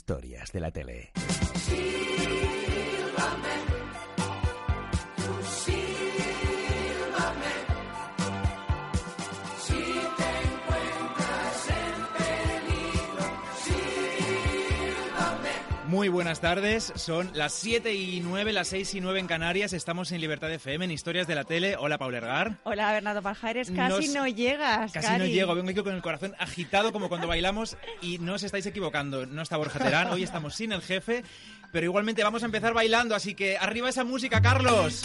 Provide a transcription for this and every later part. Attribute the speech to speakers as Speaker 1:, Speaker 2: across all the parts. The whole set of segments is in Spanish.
Speaker 1: Historias de la tele.
Speaker 2: Muy buenas tardes, son las 7 y 9, las 6 y 9 en Canarias, estamos en Libertad FM, en Historias de la Tele. Hola, Paul Ergar.
Speaker 3: Hola, Bernardo Pajares, casi
Speaker 2: Nos-
Speaker 3: no llegas.
Speaker 2: Casi no
Speaker 3: Pues, Cari.
Speaker 2: llego, vengo aquí con el corazón agitado como cuando bailamos y no os estáis equivocando, no está Borja Terán, hoy estamos sin el jefe, pero igualmente vamos a empezar bailando, así que arriba esa música, Carlos.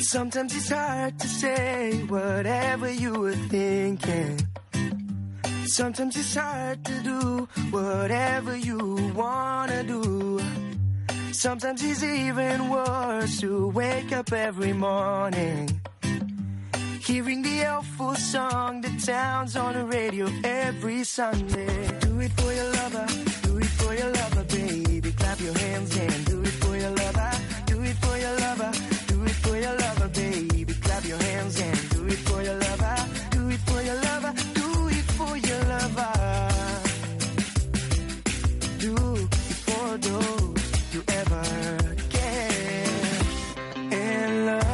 Speaker 4: Sometimes it's hard to say whatever you were thinking. Sometimes it's hard to do whatever you wanna do. Sometimes it's even worse to wake up every morning. Hearing the helpful song that sounds on the radio every Sunday. Do it for your lover, do it for your lover, baby. Clap your hands and do it for your lover, do it for your lover, do it for your lover, baby. Clap your hands and do it for your lover, do it for your lover, do it for your lover. Do it for those you ever get in love.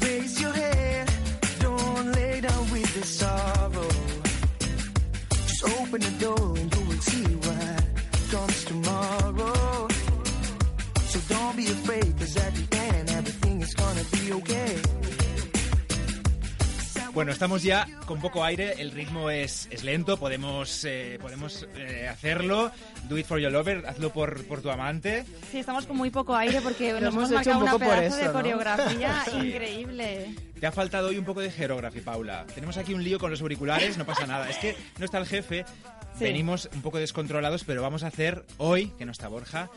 Speaker 4: Raise your head, don't lay down with the sorrow. Just open the door and you will see what comes tomorrow. So don't be afraid, cause at the end everything is gonna be okay.
Speaker 2: Bueno, estamos ya con poco aire, el ritmo es, es lento, podemos, eh, podemos eh, hacerlo. Do it for your lover, hazlo por, por tu amante.
Speaker 3: Sí, estamos con muy poco aire porque nos hemos
Speaker 5: hemos hecho
Speaker 3: marcado
Speaker 5: un
Speaker 3: una
Speaker 5: poco por
Speaker 3: pedazo
Speaker 5: eso,
Speaker 3: de
Speaker 5: ¿no?
Speaker 3: coreografía increíble.
Speaker 2: Te ha faltado hoy un poco de geography, Paula. Tenemos aquí un lío con los auriculares, no pasa nada. Es que no está el jefe,
Speaker 3: Sí.
Speaker 2: venimos un poco descontrolados, pero vamos a hacer hoy, que no está Borja,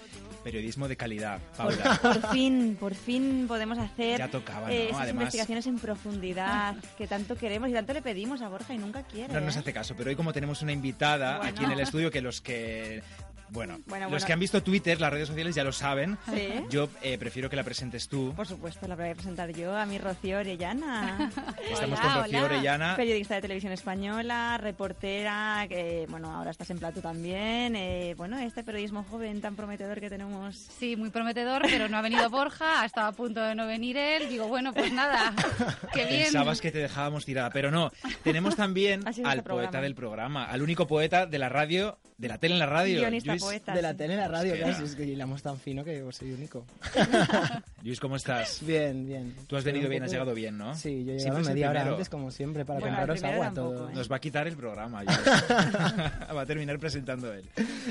Speaker 2: periodismo de calidad, Paula.
Speaker 3: Por, por fin, por fin podemos hacer
Speaker 2: Ya tocaba, ¿no?
Speaker 3: eh, esas
Speaker 2: Además.
Speaker 3: investigaciones en profundidad que tanto queremos y tanto le pedimos a Borja y nunca quiere.
Speaker 2: No nos
Speaker 3: ¿eh?
Speaker 2: hace caso, pero hoy como tenemos una invitada
Speaker 3: Bueno.
Speaker 2: aquí en el estudio que los que... Bueno,
Speaker 3: Bueno,
Speaker 2: los
Speaker 3: bueno.
Speaker 2: que han visto Twitter, las redes sociales ya lo saben.
Speaker 3: Sí.
Speaker 2: Yo eh, prefiero que la presentes tú.
Speaker 3: Por supuesto, la voy a presentar yo a mi Rocío Orellana.
Speaker 2: Estamos
Speaker 6: Hola,
Speaker 2: con Rocío
Speaker 6: hola.
Speaker 2: Orellana.
Speaker 3: Periodista de televisión española, reportera, que bueno, ahora estás en plato también. eh, bueno, este periodismo joven tan prometedor que tenemos
Speaker 6: Sí, muy prometedor, pero no ha venido Borja, ha estado a punto de no venir él. Digo, bueno, pues nada, qué bien.
Speaker 2: Pensabas que te dejábamos tirada, pero no. Tenemos también
Speaker 3: Así es
Speaker 2: al
Speaker 3: este programa.
Speaker 2: poeta del programa, al único poeta de la radio, de la tele en la radio.
Speaker 3: Guionista,
Speaker 2: Luis,
Speaker 3: poeta.
Speaker 5: De la tele a la radio,
Speaker 2: Hostia.
Speaker 5: casi. Es que hilamos tan fino que yo soy único.
Speaker 2: Luis, ¿cómo estás?
Speaker 5: Bien, bien.
Speaker 2: Tú has
Speaker 5: Pero
Speaker 2: venido
Speaker 5: un
Speaker 2: bien, has
Speaker 5: poco-
Speaker 2: llegado bien, ¿no?
Speaker 5: Sí, yo
Speaker 2: Siempre
Speaker 5: he llegado
Speaker 2: es el
Speaker 5: media hora
Speaker 2: primero.
Speaker 5: antes, como siempre, para
Speaker 3: Bueno, el
Speaker 5: compraros
Speaker 3: primero
Speaker 5: agua
Speaker 3: tampoco,
Speaker 5: todo.
Speaker 3: ¿eh?
Speaker 2: Nos va a quitar el programa. yo. va a terminar presentando él.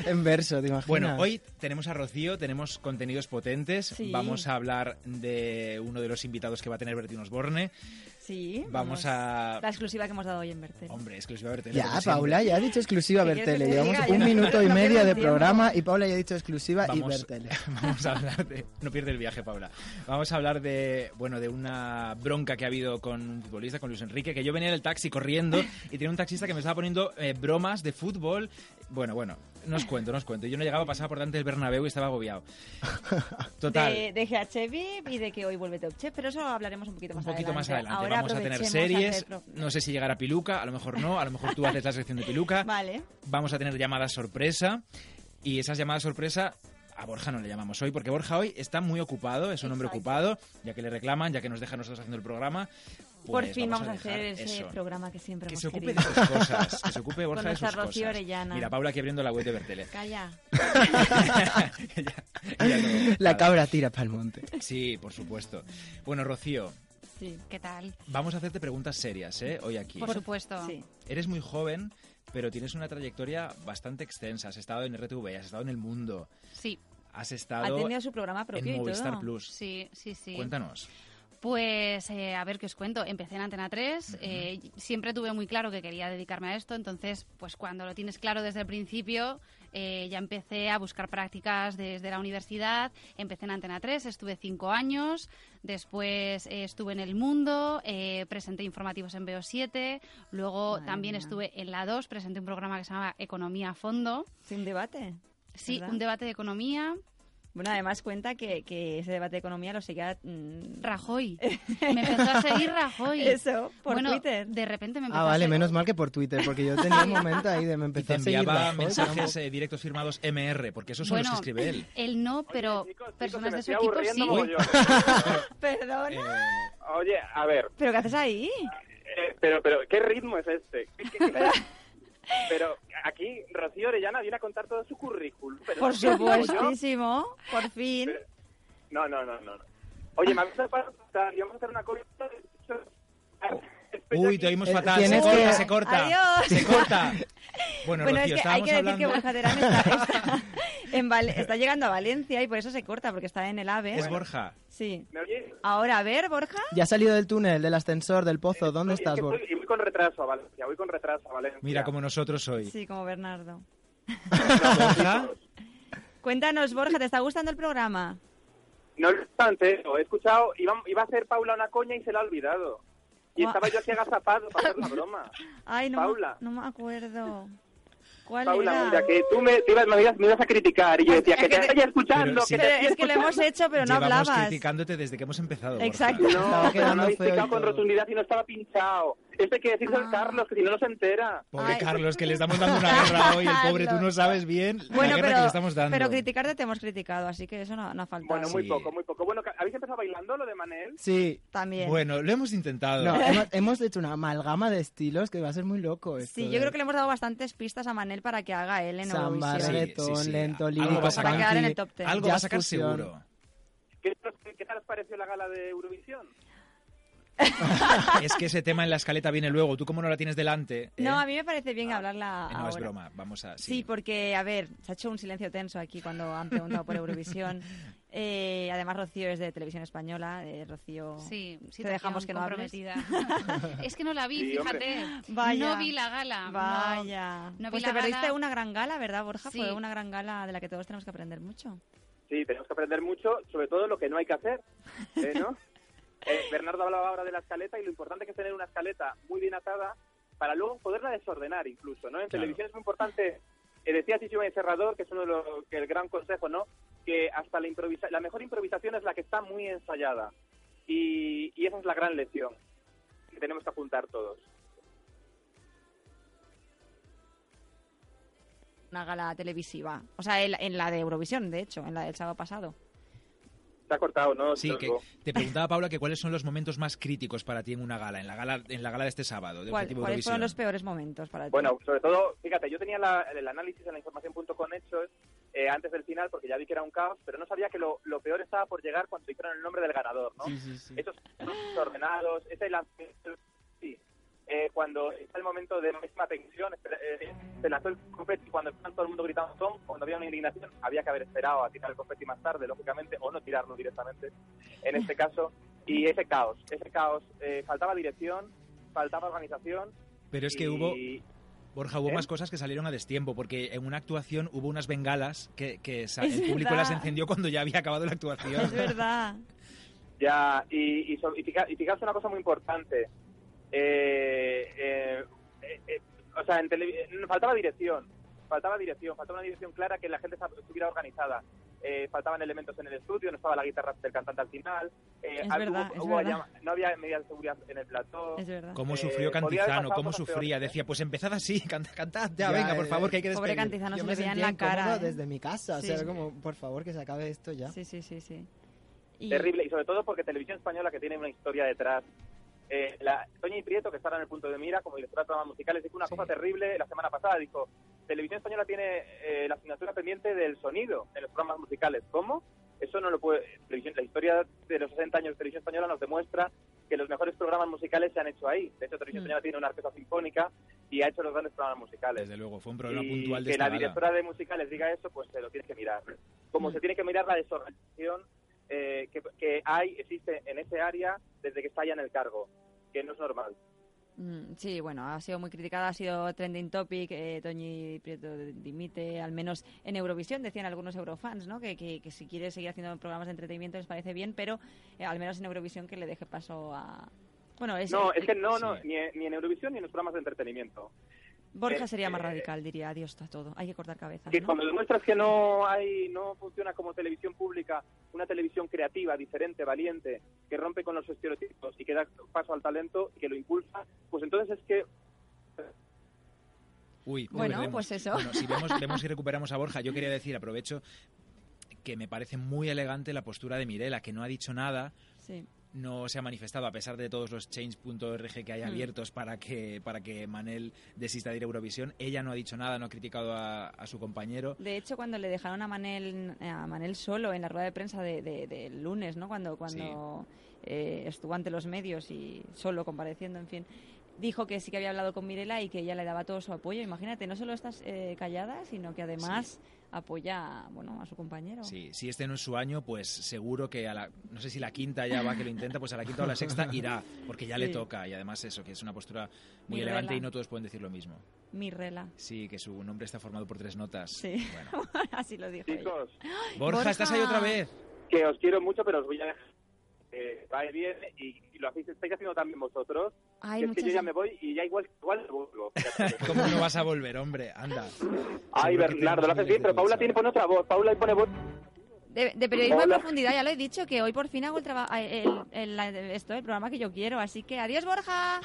Speaker 5: En verso, ¿te imaginas?
Speaker 2: Bueno, hoy tenemos a Rocío, tenemos contenidos potentes.
Speaker 3: Sí.
Speaker 2: Vamos a hablar de uno de los invitados que va a tener Bertín Osborne.
Speaker 3: Sí.
Speaker 2: Vamos a-
Speaker 3: La exclusiva que hemos dado hoy en Bertel.
Speaker 2: Hombre, exclusiva Bertín.
Speaker 5: Ya,
Speaker 2: como siempre.
Speaker 5: Paula ya ha dicho exclusiva
Speaker 3: ¿Qué quieres
Speaker 5: Bertele.
Speaker 3: que te
Speaker 5: Llevamos
Speaker 3: diga? Yo
Speaker 5: un
Speaker 3: no-
Speaker 5: minuto y
Speaker 3: no
Speaker 5: medio
Speaker 3: pierdo
Speaker 5: de
Speaker 3: tiempo.
Speaker 5: programa y Paula ya ha dicho exclusiva y Bertele.
Speaker 2: vamos a hablar de, no pierde el viaje Paula vamos a hablar de bueno de una bronca que ha habido con un futbolista con Luis Enrique que yo venía del taxi corriendo y tenía un taxista que me estaba poniendo eh, bromas de fútbol bueno bueno no os cuento no os cuento yo no llegaba pasaba por delante del Bernabéu y estaba agobiado total
Speaker 3: De, de GH VIP y de que hoy vuelve Top Chef, pero eso hablaremos un poquito
Speaker 2: un
Speaker 3: más
Speaker 2: poquito
Speaker 3: adelante.
Speaker 2: más adelante
Speaker 3: Ahora
Speaker 2: vamos a tener
Speaker 3: aprovechemos
Speaker 2: series
Speaker 3: hacer pro-
Speaker 2: no sé si llegará Piluca a lo mejor no a lo mejor tú haces la sección de Piluca
Speaker 3: Vale.
Speaker 2: vamos a tener llamadas sorpresa y esas llamadas sorpresa a Borja no le llamamos hoy porque Borja hoy está muy ocupado, es un hombre
Speaker 3: Exacto.
Speaker 2: ocupado, ya que le reclaman, ya que nos deja a nosotros haciendo el programa.
Speaker 3: Por
Speaker 2: pues
Speaker 3: fin vamos, a
Speaker 2: dejar
Speaker 3: hacer ese
Speaker 2: eso.
Speaker 3: programa que siempre
Speaker 2: Que
Speaker 3: hemos
Speaker 2: se ocupe
Speaker 3: querido.
Speaker 2: de sus cosas, que se ocupe Borja
Speaker 3: Con
Speaker 2: de sus
Speaker 3: nuestra Rocío
Speaker 2: cosas.
Speaker 3: Orellana.
Speaker 2: Mira, Paula aquí abriendo la web de Bertele.
Speaker 3: Calla.
Speaker 2: Ella no-
Speaker 5: La cabra tira para el monte.
Speaker 2: Sí, por supuesto. Bueno, Rocío,
Speaker 3: Sí.
Speaker 6: ¿Qué tal?
Speaker 2: vamos a hacerte preguntas serias, ¿eh? Hoy aquí.
Speaker 6: Por supuesto.
Speaker 3: Sí.
Speaker 2: Eres muy joven, pero tienes una trayectoria bastante extensa. Has estado en RTV, has estado en El Mundo,
Speaker 6: Sí,
Speaker 2: has
Speaker 3: Ha
Speaker 2: estado
Speaker 3: tenido su programa propio
Speaker 2: en
Speaker 3: y
Speaker 2: Movistar
Speaker 3: todo.
Speaker 2: Plus.
Speaker 6: sí, sí, sí.
Speaker 2: Cuéntanos.
Speaker 6: Pues, eh, a ver qué os cuento. Empecé en Antena 3, eh, siempre tuve muy claro que quería dedicarme a esto, entonces, pues cuando lo tienes claro desde el principio, eh, ya empecé a buscar prácticas desde la universidad. Empecé en Antena 3, estuve cinco años, después eh, estuve en El Mundo, eh, presenté informativos en BO7, luego
Speaker 3: Madre
Speaker 6: también
Speaker 3: mía.
Speaker 6: estuve en La 2, presenté un programa que se llamaba Economía a Fondo.
Speaker 3: Sin debate.
Speaker 6: Sí,
Speaker 3: ¿Verdad?
Speaker 6: un debate de economía.
Speaker 3: Bueno, además cuenta que, que ese debate de economía lo seguía... mm,
Speaker 6: Rajoy. Me empezó a seguir Rajoy.
Speaker 3: Eso, por
Speaker 6: bueno,
Speaker 3: Twitter.
Speaker 6: de repente me empezó
Speaker 5: Ah,
Speaker 6: a
Speaker 5: vale,
Speaker 6: seguir-
Speaker 5: menos mal que por Twitter, porque yo tenía un momento ahí de me
Speaker 2: Y te
Speaker 5: empezar a seguir
Speaker 2: enviaba
Speaker 5: Rajoy,
Speaker 2: mensajes eh, directos firmados MR, porque esos son
Speaker 6: Bueno,
Speaker 2: los que escribe él.
Speaker 6: él no, pero
Speaker 1: Oye, chicos, chicos,
Speaker 6: personas
Speaker 1: que me
Speaker 6: de su
Speaker 1: estoy
Speaker 6: equipo sí.
Speaker 1: aburriendo mogollón.
Speaker 3: Perdona.
Speaker 2: Eh,
Speaker 1: Oye, a ver,
Speaker 3: ¿Pero qué haces ahí?
Speaker 1: eh, pero, pero, ¿qué ritmo es este? ¿Qué- qué- qué- pero aquí Rocío Orellana viene a contar todo su currículum. pero-
Speaker 3: Por
Speaker 1: pero digo yo-
Speaker 3: supuestísimo, por fin.
Speaker 1: pero- No, no, no, no. no. Oye, me avisa para contar, y vamos a hacer una cosa... Pues
Speaker 2: uy, te oímos
Speaker 5: Eh,
Speaker 2: fatal. Se
Speaker 5: tienes
Speaker 2: corta,
Speaker 5: que-
Speaker 2: se corta.
Speaker 3: Adiós.
Speaker 2: Se corta. Bueno,
Speaker 3: Bueno,
Speaker 2: Rocío,
Speaker 3: es que hay
Speaker 2: estábamos
Speaker 3: que decir que
Speaker 2: hablando.
Speaker 3: Borja Terán está, está en Val- está llegando a Valencia y por eso se corta, porque está en el AVE.
Speaker 2: Es Borja.
Speaker 3: Sí.
Speaker 1: ¿Me oyes?
Speaker 3: Ahora, a ver, Borja.
Speaker 5: Ya has salido del túnel, del ascensor, del pozo. ¿Dónde
Speaker 1: Oye, es
Speaker 5: estás,
Speaker 1: que
Speaker 5: Borja?
Speaker 1: estoy- Y voy con retraso a Valencia, voy con retraso a Valencia.
Speaker 2: Mira, como nosotros hoy.
Speaker 3: Sí, como Bernardo.
Speaker 2: Borja.
Speaker 3: Cuéntanos, Borja, ¿te está gustando el programa?
Speaker 1: No obstante, lo he escuchado, iba, iba a hacer Paula una coña y se la ha olvidado. Y
Speaker 3: Gua-
Speaker 1: estaba yo aquí agazapado para hacer la broma.
Speaker 3: Ay, no, me-
Speaker 1: Paula.
Speaker 3: no me acuerdo. ¿Cuál
Speaker 1: Paula,
Speaker 3: era?
Speaker 1: mira, que tú me, te ibas, me, ibas, me ibas a criticar y yo decía que te estoy escuchando.
Speaker 2: Pero sí.
Speaker 1: que te
Speaker 3: Pero
Speaker 1: estoy
Speaker 3: es que lo
Speaker 1: escuchando.
Speaker 3: hemos hecho, pero no
Speaker 2: Llevamos
Speaker 3: hablabas.
Speaker 2: criticándote desde que hemos empezado. Borja.
Speaker 3: Exacto.
Speaker 1: No, pero
Speaker 5: quedando
Speaker 1: no habéis
Speaker 5: feo y
Speaker 1: explicado con
Speaker 5: todo.
Speaker 1: rotundidad y no estaba pinchado. Esto hay que decirlo al Carlos, que si no, no se entera.
Speaker 2: Pobre
Speaker 3: Ay.
Speaker 2: Carlos, que le estamos dando una guerra hoy. El pobre, tú
Speaker 3: Carlos.
Speaker 2: no sabes bien
Speaker 3: Bueno,
Speaker 2: la guerra
Speaker 3: pero,
Speaker 2: que le estamos dando.
Speaker 3: pero criticarte te hemos criticado, así que eso no, no ha faltado.
Speaker 1: Bueno, muy
Speaker 2: Sí.
Speaker 1: poco, muy poco. Bueno, ca- ¿habéis empezado bailando lo de Manel?
Speaker 5: Sí.
Speaker 3: También.
Speaker 2: Bueno, lo hemos intentado.
Speaker 5: No, hemos, hemos hecho una amalgama de estilos que va a ser muy loco
Speaker 2: pues,
Speaker 5: esto.
Speaker 3: Sí, yo creo que le hemos dado bastantes pistas a Manel para que haga él en
Speaker 5: Samba,
Speaker 2: Sí, sí,
Speaker 3: Eurovisión.
Speaker 5: reggaetón,
Speaker 2: sí.
Speaker 5: lento,
Speaker 2: Algo
Speaker 5: lírico,
Speaker 2: va a sacar.
Speaker 5: funky.
Speaker 3: Para quedar en el top ten.
Speaker 2: Algo va a
Speaker 5: Jazz
Speaker 2: sacar
Speaker 5: fusión.
Speaker 2: seguro.
Speaker 1: ¿Qué, qué tal os pareció la gala de Eurovisión?
Speaker 2: Es que ese tema en la escaleta viene luego. Tú como no la tienes delante... ¿eh?
Speaker 3: No, a mí me parece bien hablarla
Speaker 2: Eh, no,
Speaker 3: Ah, ahora.
Speaker 2: es broma. Vamos a...
Speaker 3: Sí.
Speaker 2: Sí,
Speaker 3: porque, a ver, se ha hecho un silencio tenso aquí cuando han preguntado por Eurovisión. Eh, además, Rocío es de Televisión Española. eh, Rocío...
Speaker 6: Sí, sí,
Speaker 3: Te dejamos que no hables.
Speaker 6: comprometida. es que no la vi,
Speaker 1: Sí, hombre.
Speaker 6: fíjate.
Speaker 3: Vaya.
Speaker 6: No vi la gala. no.
Speaker 3: Vaya.
Speaker 6: no vi
Speaker 3: pues
Speaker 6: la
Speaker 3: te perdiste
Speaker 6: gala.
Speaker 3: una gran gala, ¿verdad, Borja?
Speaker 6: Sí.
Speaker 3: Fue una gran gala de la que todos tenemos que aprender mucho.
Speaker 1: Sí, tenemos que aprender mucho, sobre todo lo que no hay que hacer, ¿eh, ¿no? Eh, Bernardo hablaba ahora de la escaleta y lo importante que es tener una escaleta muy bien atada para luego poderla desordenar incluso, ¿no?
Speaker 2: Claro.
Speaker 1: En televisión es muy importante, eh, decía Chicho Ibáñez Serrador, que es uno de los, que el gran consejo, ¿no? Que hasta la improvisa la mejor improvisación es la que está muy ensayada y, y esa es la gran lección que tenemos que apuntar todos.
Speaker 3: Una gala televisiva. O sea, en, la- en la de Eurovisión, de hecho, en la del sábado pasado.
Speaker 1: Se ha cortado, ¿no?
Speaker 2: Sí, que
Speaker 1: Diego?
Speaker 2: te preguntaba Paula que cuáles son los momentos más críticos para ti en una gala, en la gala, en la gala de este sábado, de
Speaker 3: ¿Cuál-
Speaker 2: Objetivo
Speaker 3: ¿Cuáles
Speaker 2: Eurovisión.
Speaker 3: fueron los peores momentos para ti?
Speaker 1: Bueno, sobre todo, fíjate, yo tenía la- el análisis en la información.com hechos eh, antes del final porque ya vi que era un caos, pero no sabía que lo, lo peor estaba por llegar cuando dijeron el nombre del ganador, ¿no?
Speaker 5: Sí, sí, sí.
Speaker 1: Esos ordenados, ese lanzamiento, sí. Eh, cuando está el momento de máxima tensión, espera- eh, se lanzó el confeti cuando estaba todo el mundo gritando son, cuando había una indignación, había que haber esperado a tirar el confeti más tarde, lógicamente, o no tirarlo directamente, en este caso. Y ese caos, ese caos, eh, faltaba dirección, faltaba organización.
Speaker 2: Pero es que
Speaker 1: y-
Speaker 2: hubo, Borja, hubo
Speaker 1: ¿Eh?
Speaker 2: más cosas que salieron a destiempo, porque en una actuación hubo unas bengalas que, que sa-
Speaker 3: Es
Speaker 2: el público
Speaker 3: verdad.
Speaker 2: las encendió cuando ya había acabado la
Speaker 3: Es
Speaker 2: actuación.
Speaker 3: verdad.
Speaker 1: Ya, y, y, so- y fija- y fijaos una cosa muy importante. Eh, eh, eh, eh, o sea, en tele- eh, faltaba dirección, faltaba dirección, faltaba una dirección clara que la gente sa- estuviera organizada. Eh, faltaban elementos en el estudio, no estaba la guitarra del cantante al final. Eh,
Speaker 3: Es
Speaker 1: hab-
Speaker 3: verdad,
Speaker 1: hubo-
Speaker 3: es
Speaker 1: hubo
Speaker 3: verdad.
Speaker 1: allá- no había medidas de seguridad en el plató.
Speaker 3: Es verdad.
Speaker 2: Cómo
Speaker 1: Eh,
Speaker 2: sufrió
Speaker 1: podía haber
Speaker 2: Cantizano,
Speaker 1: pasado
Speaker 2: cómo
Speaker 1: cosas
Speaker 2: sufría.
Speaker 1: peores, ¿eh?
Speaker 2: Decía, pues empezad así, canta- cantad ya,
Speaker 5: Ya,
Speaker 2: venga, por
Speaker 5: eh,
Speaker 2: favor, que hay que
Speaker 3: Pobre
Speaker 2: despedir.
Speaker 3: Cantizano
Speaker 5: Yo
Speaker 3: se
Speaker 5: me
Speaker 3: le veía en
Speaker 5: sentía
Speaker 3: la cara.
Speaker 5: incómodo
Speaker 3: ¿eh?
Speaker 5: desde mi casa,
Speaker 3: Sí.
Speaker 5: o sea, como, por favor, que se acabe esto ya.
Speaker 3: Sí, sí, sí, sí. Y-
Speaker 1: Terrible, y sobre todo porque Televisión Española, que tiene una historia detrás. Eh, la, Toña y Prieto, que estará en el punto de mira como directora de programas musicales, dijo una
Speaker 2: Sí.
Speaker 1: cosa terrible la semana pasada. Dijo, Televisión Española tiene eh, la asignatura pendiente del sonido en los programas musicales. ¿Cómo? Eso no lo puede... Televisión- la historia de los 60 años de Televisión Española nos demuestra que los mejores programas musicales se han hecho ahí. De hecho, Televisión
Speaker 3: Mm.
Speaker 1: Española tiene una orquesta sinfónica y ha hecho los grandes programas musicales
Speaker 2: Desde luego, fue un problema
Speaker 1: y
Speaker 2: puntual de
Speaker 1: que
Speaker 2: esta
Speaker 1: la
Speaker 2: gala. Mm.
Speaker 1: directora de musicales diga eso, pues se lo tienes que mirar. Como se tiene que mirar la desorganización eh, que, que hay, existe en ese área desde que está ya en el cargo, que no es normal.
Speaker 3: Mm, Sí, bueno, ha sido muy criticada, ha sido trending topic. eh, Toñi Prieto dimite, al menos en Eurovisión, decían algunos eurofans, ¿no? Que, que- que si quiere seguir haciendo programas de entretenimiento les parece bien, pero eh, al menos en Eurovisión que le deje paso a. Bueno, es,
Speaker 1: No, es que no, no,
Speaker 2: Sí.
Speaker 1: ni, ni en Eurovisión ni en los programas de entretenimiento.
Speaker 3: Borja
Speaker 1: eh,
Speaker 3: sería más
Speaker 1: eh,
Speaker 3: radical, diría, adiós está todo, hay que cortar
Speaker 2: Ah,
Speaker 3: cabezas.
Speaker 1: Que
Speaker 3: ¿no?
Speaker 1: cuando demuestras que no hay, no funciona como televisión pública, una televisión creativa, diferente, valiente, que rompe con los estereotipos y que da paso al talento y que lo impulsa, pues entonces es que
Speaker 2: Uy,
Speaker 3: Bueno,
Speaker 2: perdemos.
Speaker 3: pues eso.
Speaker 2: Bueno, si vemos, vemos y recuperamos a Borja, yo quería decir, aprovecho, que me parece muy elegante la postura de Mirela, que no ha dicho nada,
Speaker 3: Sí.
Speaker 2: no se ha manifestado a pesar de todos los change.org que hay
Speaker 3: Mm.
Speaker 2: abiertos para que para que Manel desista de ir a Eurovisión. Ella no ha dicho nada, no ha criticado a, a su compañero.
Speaker 3: De hecho, cuando le dejaron a Manel, eh, a Manel solo en la rueda de prensa de- de- del lunes, ¿no? Cuando, cuando eh, estuvo ante los medios y solo compareciendo, en fin, dijo que sí que había hablado con Mirela y que ella le daba todo su apoyo. Imagínate, no solo estás eh, callada, sino que además apoya, bueno, a su compañero.
Speaker 2: Sí, si este no es su año, pues seguro que a la no sé si la quinta ya va que lo intenta, pues a la quinta o la sexta irá, porque ya le
Speaker 3: Sí.
Speaker 2: toca y además eso, que es una postura muy
Speaker 3: Mirela.
Speaker 2: elegante y no todos pueden decir lo mismo.
Speaker 3: Mirela.
Speaker 2: Sí, que su nombre está formado por tres notas.
Speaker 3: Sí.
Speaker 2: Bueno.
Speaker 3: Así lo dijo. ella.
Speaker 1: chicos,
Speaker 2: Borja,
Speaker 3: Borja.
Speaker 2: estás ahí otra vez.
Speaker 1: que os quiero mucho, pero os voy a dejar que vaya bien y, y lo hacéis, estáis haciendo también vosotros.
Speaker 3: Ay,
Speaker 1: que es que
Speaker 3: muchas-
Speaker 1: yo ya me voy y ya igual, igual vuelvo.
Speaker 2: ¿Cómo no vas a volver, hombre? Anda.
Speaker 1: Ay,
Speaker 2: Seguro que
Speaker 1: Bernardo,
Speaker 2: tenemos
Speaker 1: lo haces
Speaker 2: miles
Speaker 1: bien,
Speaker 2: de
Speaker 1: pero Paula
Speaker 2: WhatsApp.
Speaker 1: tiene pone otra voz. Paula pone voz.
Speaker 3: De, de periodismo en
Speaker 1: Hola.
Speaker 3: profundidad, ya lo he dicho, que hoy por fin hago el, traba- el- el- la- esto, el programa que yo quiero. Así que adiós, Borja.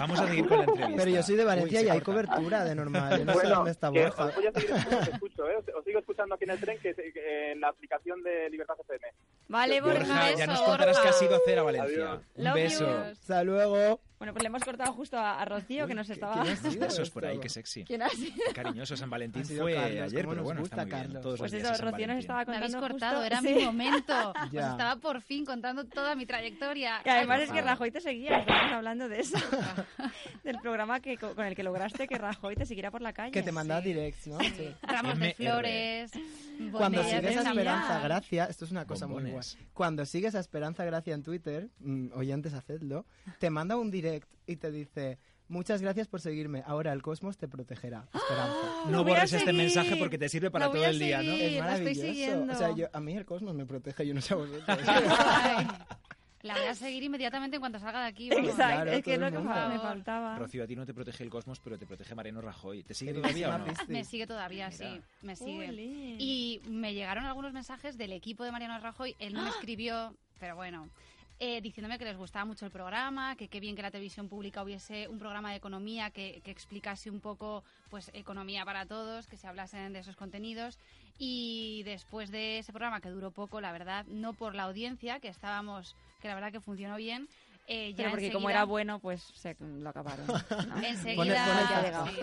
Speaker 2: Vamos a seguir con la entrevista.
Speaker 5: Pero yo soy de Valencia
Speaker 2: Uy, se
Speaker 5: y hay
Speaker 2: corta.
Speaker 5: cobertura de normal. Yo no sé
Speaker 1: Bueno,
Speaker 5: dónde está
Speaker 1: que
Speaker 5: Borja.
Speaker 1: os voy a seguir escuchando, os escucho, ¿eh? Os, os sigo escuchando aquí en el tren, que es eh, en la aplicación de Libertad FM.
Speaker 3: Vale, Borja.
Speaker 2: Borja, ya
Speaker 6: eso,
Speaker 2: nos contarás
Speaker 6: Borja.
Speaker 2: qué ha sido hacer a Valencia.
Speaker 1: Adiós.
Speaker 2: Un
Speaker 6: Love
Speaker 2: beso.
Speaker 6: yous.
Speaker 5: Hasta luego.
Speaker 3: Bueno, pues le hemos cortado justo a, a Rocío, que nos estaba...
Speaker 5: quién es?
Speaker 2: Esos besos por ahí, qué sexy.
Speaker 3: ¿Quién ha sido?
Speaker 2: Qué cariñoso, San Valentín
Speaker 5: Ha sido
Speaker 2: fue
Speaker 5: Carlos,
Speaker 2: ayer,
Speaker 5: cómo
Speaker 2: pero
Speaker 5: nos
Speaker 2: bueno, está
Speaker 5: gusta
Speaker 2: muy bien.
Speaker 5: Carlos.
Speaker 2: Todos
Speaker 3: Pues
Speaker 2: los
Speaker 3: eso,
Speaker 2: días es San
Speaker 3: Rocío nos
Speaker 2: Valentín.
Speaker 3: estaba
Speaker 6: Me habéis
Speaker 3: contando
Speaker 6: cortado,
Speaker 3: justo-
Speaker 6: era
Speaker 3: sí.
Speaker 6: mi momento. Os
Speaker 5: Ya.
Speaker 6: estaba por fin contando toda mi trayectoria.
Speaker 3: Que además
Speaker 6: Ay,
Speaker 3: es que
Speaker 6: por favor.
Speaker 3: Rajoy te seguía, estamos hablando de eso, del programa que, co- con el que lograste que Rajoy te siguiera por la calle.
Speaker 5: Que te mandaba directs, ¿no?
Speaker 3: Pues
Speaker 5: Sí.
Speaker 6: Ramos de
Speaker 2: MR.
Speaker 6: flores.
Speaker 5: Cuando
Speaker 6: botellas
Speaker 5: sigues
Speaker 6: de
Speaker 5: a
Speaker 6: champán.
Speaker 5: Esperanza Gracia, esto es una cosa muy guay.
Speaker 2: Bombones.
Speaker 5: Cuando sigues a Esperanza Gracia en Twitter, mm, oyentes, hacedlo, te manda un direct y te dice, muchas gracias por seguirme, ahora el cosmos te protegerá, Esperanza.
Speaker 3: Lo
Speaker 2: No
Speaker 3: voy a
Speaker 2: borres este
Speaker 3: seguir.
Speaker 2: mensaje porque te sirve para
Speaker 6: Lo voy
Speaker 2: todo
Speaker 6: a
Speaker 2: el día, ¿no?
Speaker 6: seguir. Sí,
Speaker 5: es
Speaker 6: la estoy
Speaker 5: maravilloso.
Speaker 6: siguiendo.
Speaker 5: O sea, yo- a mí el cosmos me protege, yo no sé a vosotros.
Speaker 6: Ay, La voy a seguir inmediatamente en cuanto salga de aquí. vamos.
Speaker 3: Exacto,
Speaker 5: Claro,
Speaker 3: es que
Speaker 5: todo
Speaker 3: no
Speaker 5: el
Speaker 3: me
Speaker 5: mundo.
Speaker 3: faltaba.
Speaker 2: Ah. Rocío, a ti no te protege el cosmos, pero te protege Mariano Rajoy. ¿Te sigue
Speaker 5: Es
Speaker 2: todavía o
Speaker 5: una
Speaker 2: no?
Speaker 5: pista.
Speaker 6: Me sigue todavía, sí. Me sigue.
Speaker 3: Uli.
Speaker 6: Y me llegaron algunos mensajes del equipo de Mariano Rajoy. Él
Speaker 3: ¡Ah!
Speaker 6: no me escribió, pero bueno, eh, diciéndome que les gustaba mucho el programa, que qué bien que la televisión pública hubiese un programa de economía que, que explicase un poco, pues, economía para todos, que se hablasen de esos contenidos. Y después de ese programa, que duró poco, la verdad, no por la audiencia, que estábamos, que la verdad que funcionó bien. eh, ya
Speaker 3: Pero porque como
Speaker 6: enseguida-
Speaker 3: era bueno, pues se lo acabaron. ¿no?
Speaker 5: Pone-
Speaker 6: Enseguida,
Speaker 5: pone el
Speaker 3: Ya llegaba.
Speaker 6: sí.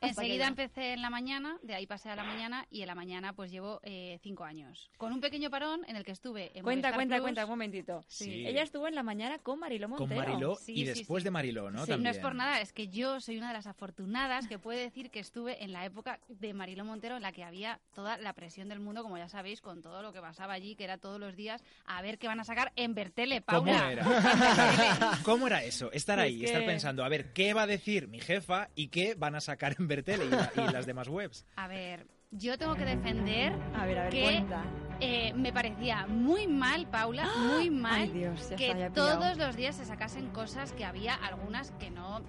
Speaker 6: Enseguida empecé en la mañana, de ahí pasé a la mañana y en la mañana pues llevo eh, cinco años. Con un pequeño parón en el que estuve en
Speaker 3: Cuenta,
Speaker 6: Movistar
Speaker 3: cuenta,
Speaker 6: Plus.
Speaker 3: cuenta, un momentito.
Speaker 2: Sí.
Speaker 3: Ella estuvo en la mañana con Mariló
Speaker 2: Con
Speaker 3: Montero.
Speaker 2: Mariló
Speaker 6: Sí,
Speaker 2: y
Speaker 6: sí,
Speaker 2: después
Speaker 6: sí.
Speaker 2: de Mariló, ¿no?
Speaker 6: Sí,
Speaker 2: También.
Speaker 6: no es por nada, es que yo soy una de las afortunadas que puede decir que estuve en la época de Mariló Montero en la que había toda la presión del mundo, como ya sabéis, con todo lo que pasaba allí, que era todos los días a ver qué van a sacar en Bertele,
Speaker 2: ¿Cómo
Speaker 6: Paula.
Speaker 2: era? ¿Cómo era eso? Estar
Speaker 3: Es
Speaker 2: ahí, estar
Speaker 3: que-
Speaker 2: pensando, a ver, ¿qué va a decir mi jefa y qué van a sacar en Bertele y, la- y las demás webs?
Speaker 6: A ver, yo tengo que defender
Speaker 3: A ver, a ver,
Speaker 6: ¿Qué?
Speaker 3: cuenta.
Speaker 6: Eh, me parecía muy mal, Paula, muy mal
Speaker 3: Ay, Dios, ya
Speaker 6: que
Speaker 3: está, ya he pillado.
Speaker 6: todos los días se sacasen cosas que había algunas que no,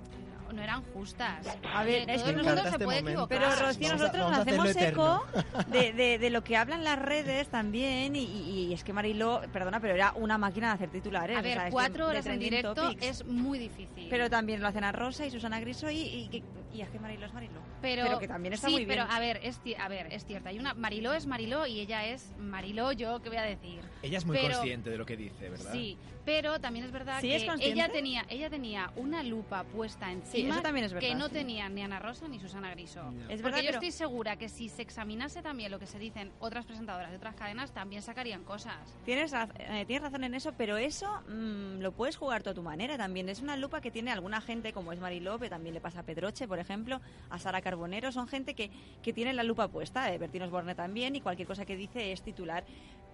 Speaker 6: no eran justas.
Speaker 3: A ver,
Speaker 6: Eh,
Speaker 3: es
Speaker 6: todo
Speaker 3: que
Speaker 6: el
Speaker 3: me
Speaker 6: mundo
Speaker 5: encanta
Speaker 6: se
Speaker 5: este
Speaker 6: puede
Speaker 5: momento.
Speaker 6: equivocar.
Speaker 3: Pero
Speaker 5: Ah,
Speaker 3: Rocío,
Speaker 5: vamos a-
Speaker 3: nosotros
Speaker 5: vamos
Speaker 3: nos
Speaker 5: a hacerlo
Speaker 3: hacemos eco de, de- de lo que hablan las redes también y, y- y es que Mariló, perdona, pero era una máquina de hacer titulares.
Speaker 6: a
Speaker 3: o sea,
Speaker 6: ver,
Speaker 3: es
Speaker 6: cuatro
Speaker 3: de
Speaker 6: horas en
Speaker 3: trending
Speaker 6: directo
Speaker 3: topics.
Speaker 6: es muy difícil.
Speaker 3: Pero también lo hacen a Rosa y Susana Griso y, y, y- y es que Mariló es Mariló.
Speaker 6: pero,
Speaker 3: pero que también está
Speaker 6: sí,
Speaker 3: muy bien.
Speaker 6: pero a ver, es, ci- a ver, es cierto. Hay una Mariló es Mariló y ella es Mariló. Yo qué voy a decir.
Speaker 2: Ella es muy
Speaker 6: Pero-
Speaker 2: consciente de lo que dice, ¿verdad?
Speaker 6: Sí, pero también es verdad
Speaker 3: ¿Sí
Speaker 6: que
Speaker 3: es consciente?
Speaker 6: ella tenía ella tenía una lupa puesta
Speaker 3: Sí,
Speaker 6: encima
Speaker 3: eso también es verdad.
Speaker 6: que no
Speaker 3: sí.
Speaker 6: tenía ni Ana Rosa ni Susana Griso.
Speaker 3: Es
Speaker 6: Porque
Speaker 3: verdad,
Speaker 6: yo
Speaker 3: pero-
Speaker 6: estoy segura que si se examinase también lo que se dicen otras presentadoras de otras cadenas, también sacarían cosas.
Speaker 3: Tienes, raz- eh, tienes razón en eso, pero eso mm, lo puedes jugar tú a tu manera también. Es una lupa que tiene alguna gente, como es Mari López, también le pasa a Pedroche, por ejemplo, a Sara Carbonero. Son gente que, que tiene la lupa puesta, eh, Bertino Osborne también, y cualquier cosa que dice es titular.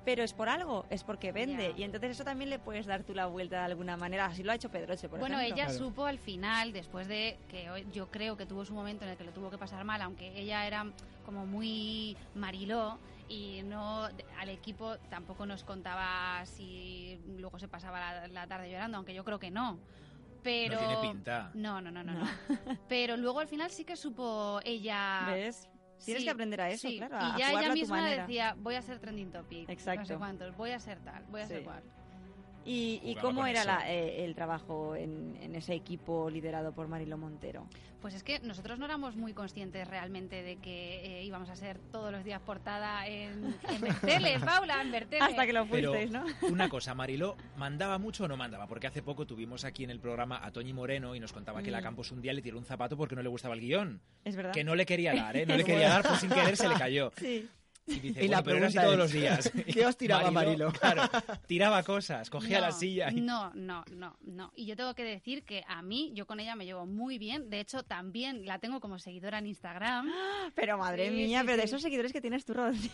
Speaker 3: pero es por algo, es porque vende.
Speaker 6: Ya.
Speaker 3: Y entonces eso también le puedes dar tú la vuelta de alguna manera. Así lo ha hecho Pedroche, por
Speaker 6: bueno,
Speaker 3: ejemplo.
Speaker 6: ella
Speaker 5: Claro.
Speaker 6: supo al final, después de que hoy- yo creo que tuvo su momento en el que lo tuvo que pasar mal, aunque ella era como muy mariló y no al equipo tampoco nos contaba si luego se pasaba la, la tarde llorando, aunque yo creo que no. Pero
Speaker 2: No tiene pinta.
Speaker 6: No, no, no, no, no. Pero luego al final sí que supo ella
Speaker 3: ¿Ves? Tienes
Speaker 6: Sí,
Speaker 3: que aprender a eso,
Speaker 6: sí.
Speaker 3: claro. a
Speaker 6: y ya
Speaker 3: jugarlo a
Speaker 6: ella
Speaker 3: tu
Speaker 6: misma
Speaker 3: manera.
Speaker 6: decía, voy a ser trending topic, no sé
Speaker 3: Exacto.
Speaker 6: cuántos, voy a ser tal, voy a
Speaker 3: Sí.
Speaker 6: ser cual.
Speaker 3: ¿Y, y
Speaker 2: Jugaba
Speaker 3: cómo
Speaker 2: con
Speaker 3: era
Speaker 2: eso.
Speaker 3: la- eh, el trabajo en, en ese equipo liderado por Marilo Montero?
Speaker 6: Pues es que nosotros no éramos muy conscientes realmente de que eh, íbamos a ser todos los días portada en, en Bertele, Paula, en Bertele.
Speaker 3: Hasta que lo
Speaker 2: Pero
Speaker 3: fuisteis, ¿no?
Speaker 2: una cosa, Mariló, ¿mandaba mucho o no mandaba? Porque hace poco tuvimos aquí en el programa a Toñi Moreno y nos contaba que la
Speaker 3: Mm.
Speaker 2: Campos un día le tiró un zapato porque no le gustaba el guión.
Speaker 3: Es verdad.
Speaker 2: Que no le quería dar, ¿eh? No le quería dar, pues sin querer se le cayó.
Speaker 3: Sí.
Speaker 2: Y dice,
Speaker 5: Y la
Speaker 2: bueno, pero era así
Speaker 5: pregunta
Speaker 2: todos los
Speaker 5: es,
Speaker 2: días.
Speaker 5: ¿qué os tiraba Mariló?
Speaker 2: Claro, tiraba cosas, cogía la silla y...
Speaker 6: No, no, no, no. Y yo tengo que decir que a mí, yo con ella me llevo muy bien. De hecho, también la tengo como seguidora en Instagram.
Speaker 3: Pero madre
Speaker 6: Sí,
Speaker 3: mía,
Speaker 6: sí,
Speaker 3: pero de
Speaker 6: sí.
Speaker 3: esos seguidores que tienes tú, Rocío.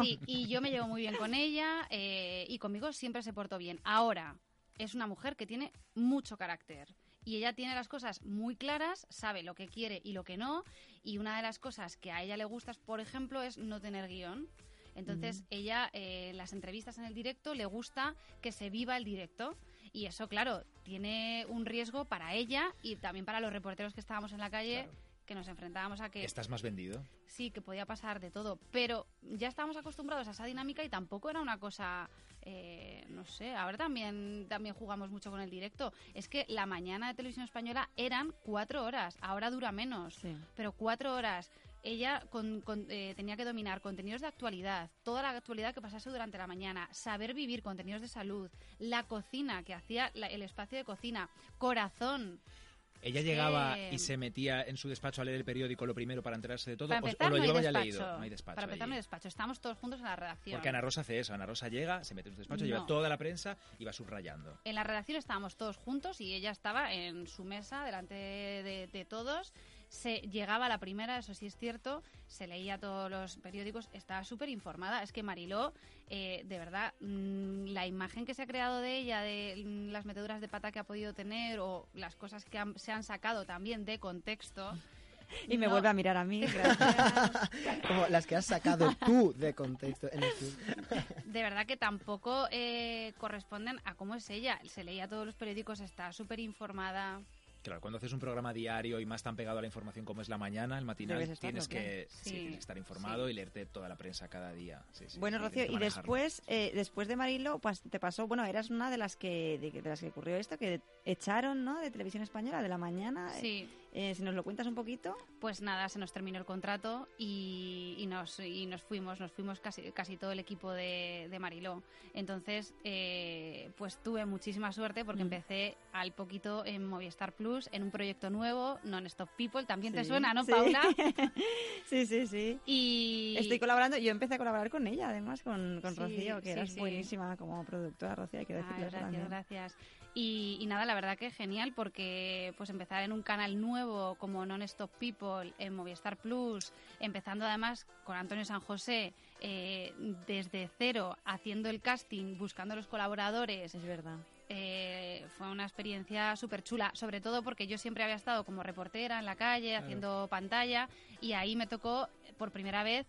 Speaker 6: Sí, y yo me llevo muy bien con ella eh, y conmigo siempre se portó bien. Ahora, es una mujer que tiene mucho carácter y ella tiene las cosas muy claras, sabe lo que quiere y lo que no. Y una de las cosas que a ella le gustas, por ejemplo, es no tener guión. Entonces, ella, eh, en las entrevistas en el directo, le gusta que se viva el directo. Y eso, claro, tiene un riesgo para ella y también para los reporteros que estábamos en la calle, que nos enfrentábamos a que
Speaker 2: Estás más vendido.
Speaker 6: sí, que podía pasar de todo, pero ya estábamos acostumbrados a esa dinámica y tampoco era una cosa, eh, no sé, ahora también, también jugamos mucho con el directo. Es que la mañana de televisión española eran cuatro horas, ahora dura menos,
Speaker 3: Oh, Sí.
Speaker 6: pero cuatro horas. Ella con- con- eh, tenía que dominar contenidos de actualidad, toda la actualidad que pasase durante la mañana, saber vivir contenidos de salud, la cocina, que hacía la- el espacio de cocina, corazón,
Speaker 2: ¿Ella llegaba
Speaker 6: Eh,
Speaker 2: y se metía en su despacho a leer el periódico lo primero para enterarse de todo?
Speaker 6: Para
Speaker 2: ¿O-
Speaker 6: empezar,
Speaker 2: ¿O lo
Speaker 6: no, hay
Speaker 2: llevaba ya
Speaker 6: despacho.
Speaker 2: leído? No hay despacho
Speaker 6: Para empezar,
Speaker 2: allí.
Speaker 6: no hay despacho. Estamos todos juntos en la redacción.
Speaker 2: Porque Ana Rosa hace eso. Ana Rosa llega, se mete en su despacho, lleva
Speaker 6: No.
Speaker 2: toda la prensa y va subrayando.
Speaker 6: En la redacción estábamos todos juntos y ella estaba en su mesa delante de, de- de todos. Se llegaba a la primera, eso sí es cierto, se leía todos los periódicos, estaba súper informada. Es que Mariló, eh, de verdad, mm, la imagen que se ha creado de ella, de mm, las meteduras de pata que ha podido tener o las cosas que han- se han sacado también de contexto.
Speaker 3: Y me
Speaker 6: no-
Speaker 3: vuelve a mirar a mí. gracias.
Speaker 5: Como las que has sacado tú de contexto. En el club.
Speaker 6: de verdad que tampoco eh, corresponden a cómo es ella. Se leía todos los periódicos, está súper informada.
Speaker 2: Claro, cuando haces un programa diario y más tan pegado a la información como es la mañana, el matinal,
Speaker 3: Debes estarlo,
Speaker 2: tienes, que,
Speaker 6: claro.
Speaker 2: sí,
Speaker 6: Sí,
Speaker 2: tienes que estar informado
Speaker 6: sí.
Speaker 2: y leerte toda la prensa cada día. Sí, sí,
Speaker 3: Bueno,
Speaker 2: sí,
Speaker 3: Rocío,
Speaker 2: tienes que
Speaker 3: y
Speaker 2: manejarlo.
Speaker 3: después, eh, después de Marilo, pas- te pasó, bueno, eras una de las que de, de las que ocurrió esto, que echaron, ¿no? De televisión española de la mañana.
Speaker 6: Sí.
Speaker 3: Eh, si nos lo cuentas un poquito.
Speaker 6: Pues nada, se nos terminó el contrato y, y nos, y nos fuimos, nos fuimos casi, casi todo el equipo de, de Mariló. Entonces, eh, pues tuve muchísima suerte porque
Speaker 3: Mm.
Speaker 6: empecé al poquito en Movistar Plus, en un proyecto nuevo, Non-Stop People, también te
Speaker 3: Sí,
Speaker 6: suena, ¿no,
Speaker 3: sí.
Speaker 6: Paula?
Speaker 3: sí, sí, sí.
Speaker 6: Y
Speaker 3: Estoy colaborando, yo empecé a colaborar con ella, además, con, con
Speaker 6: Sí,
Speaker 3: Rocío, que
Speaker 6: sí,
Speaker 3: eras
Speaker 6: sí.
Speaker 3: buenísima como productora, Rocío, hay que
Speaker 6: Ay,
Speaker 3: decirlo eso
Speaker 6: gracias,
Speaker 3: también.
Speaker 6: gracias. Y, y nada, la verdad que genial porque pues empezar en un canal nuevo como Non Stop People en Movistar Plus, empezando además con Antonio San José eh, desde cero, haciendo el casting, buscando los colaboradores,
Speaker 3: Es verdad.
Speaker 6: eh, fue una experiencia súper chula, sobre todo porque yo siempre había estado como reportera en la calle, haciendo pantalla, y ahí me tocó eh, por primera vez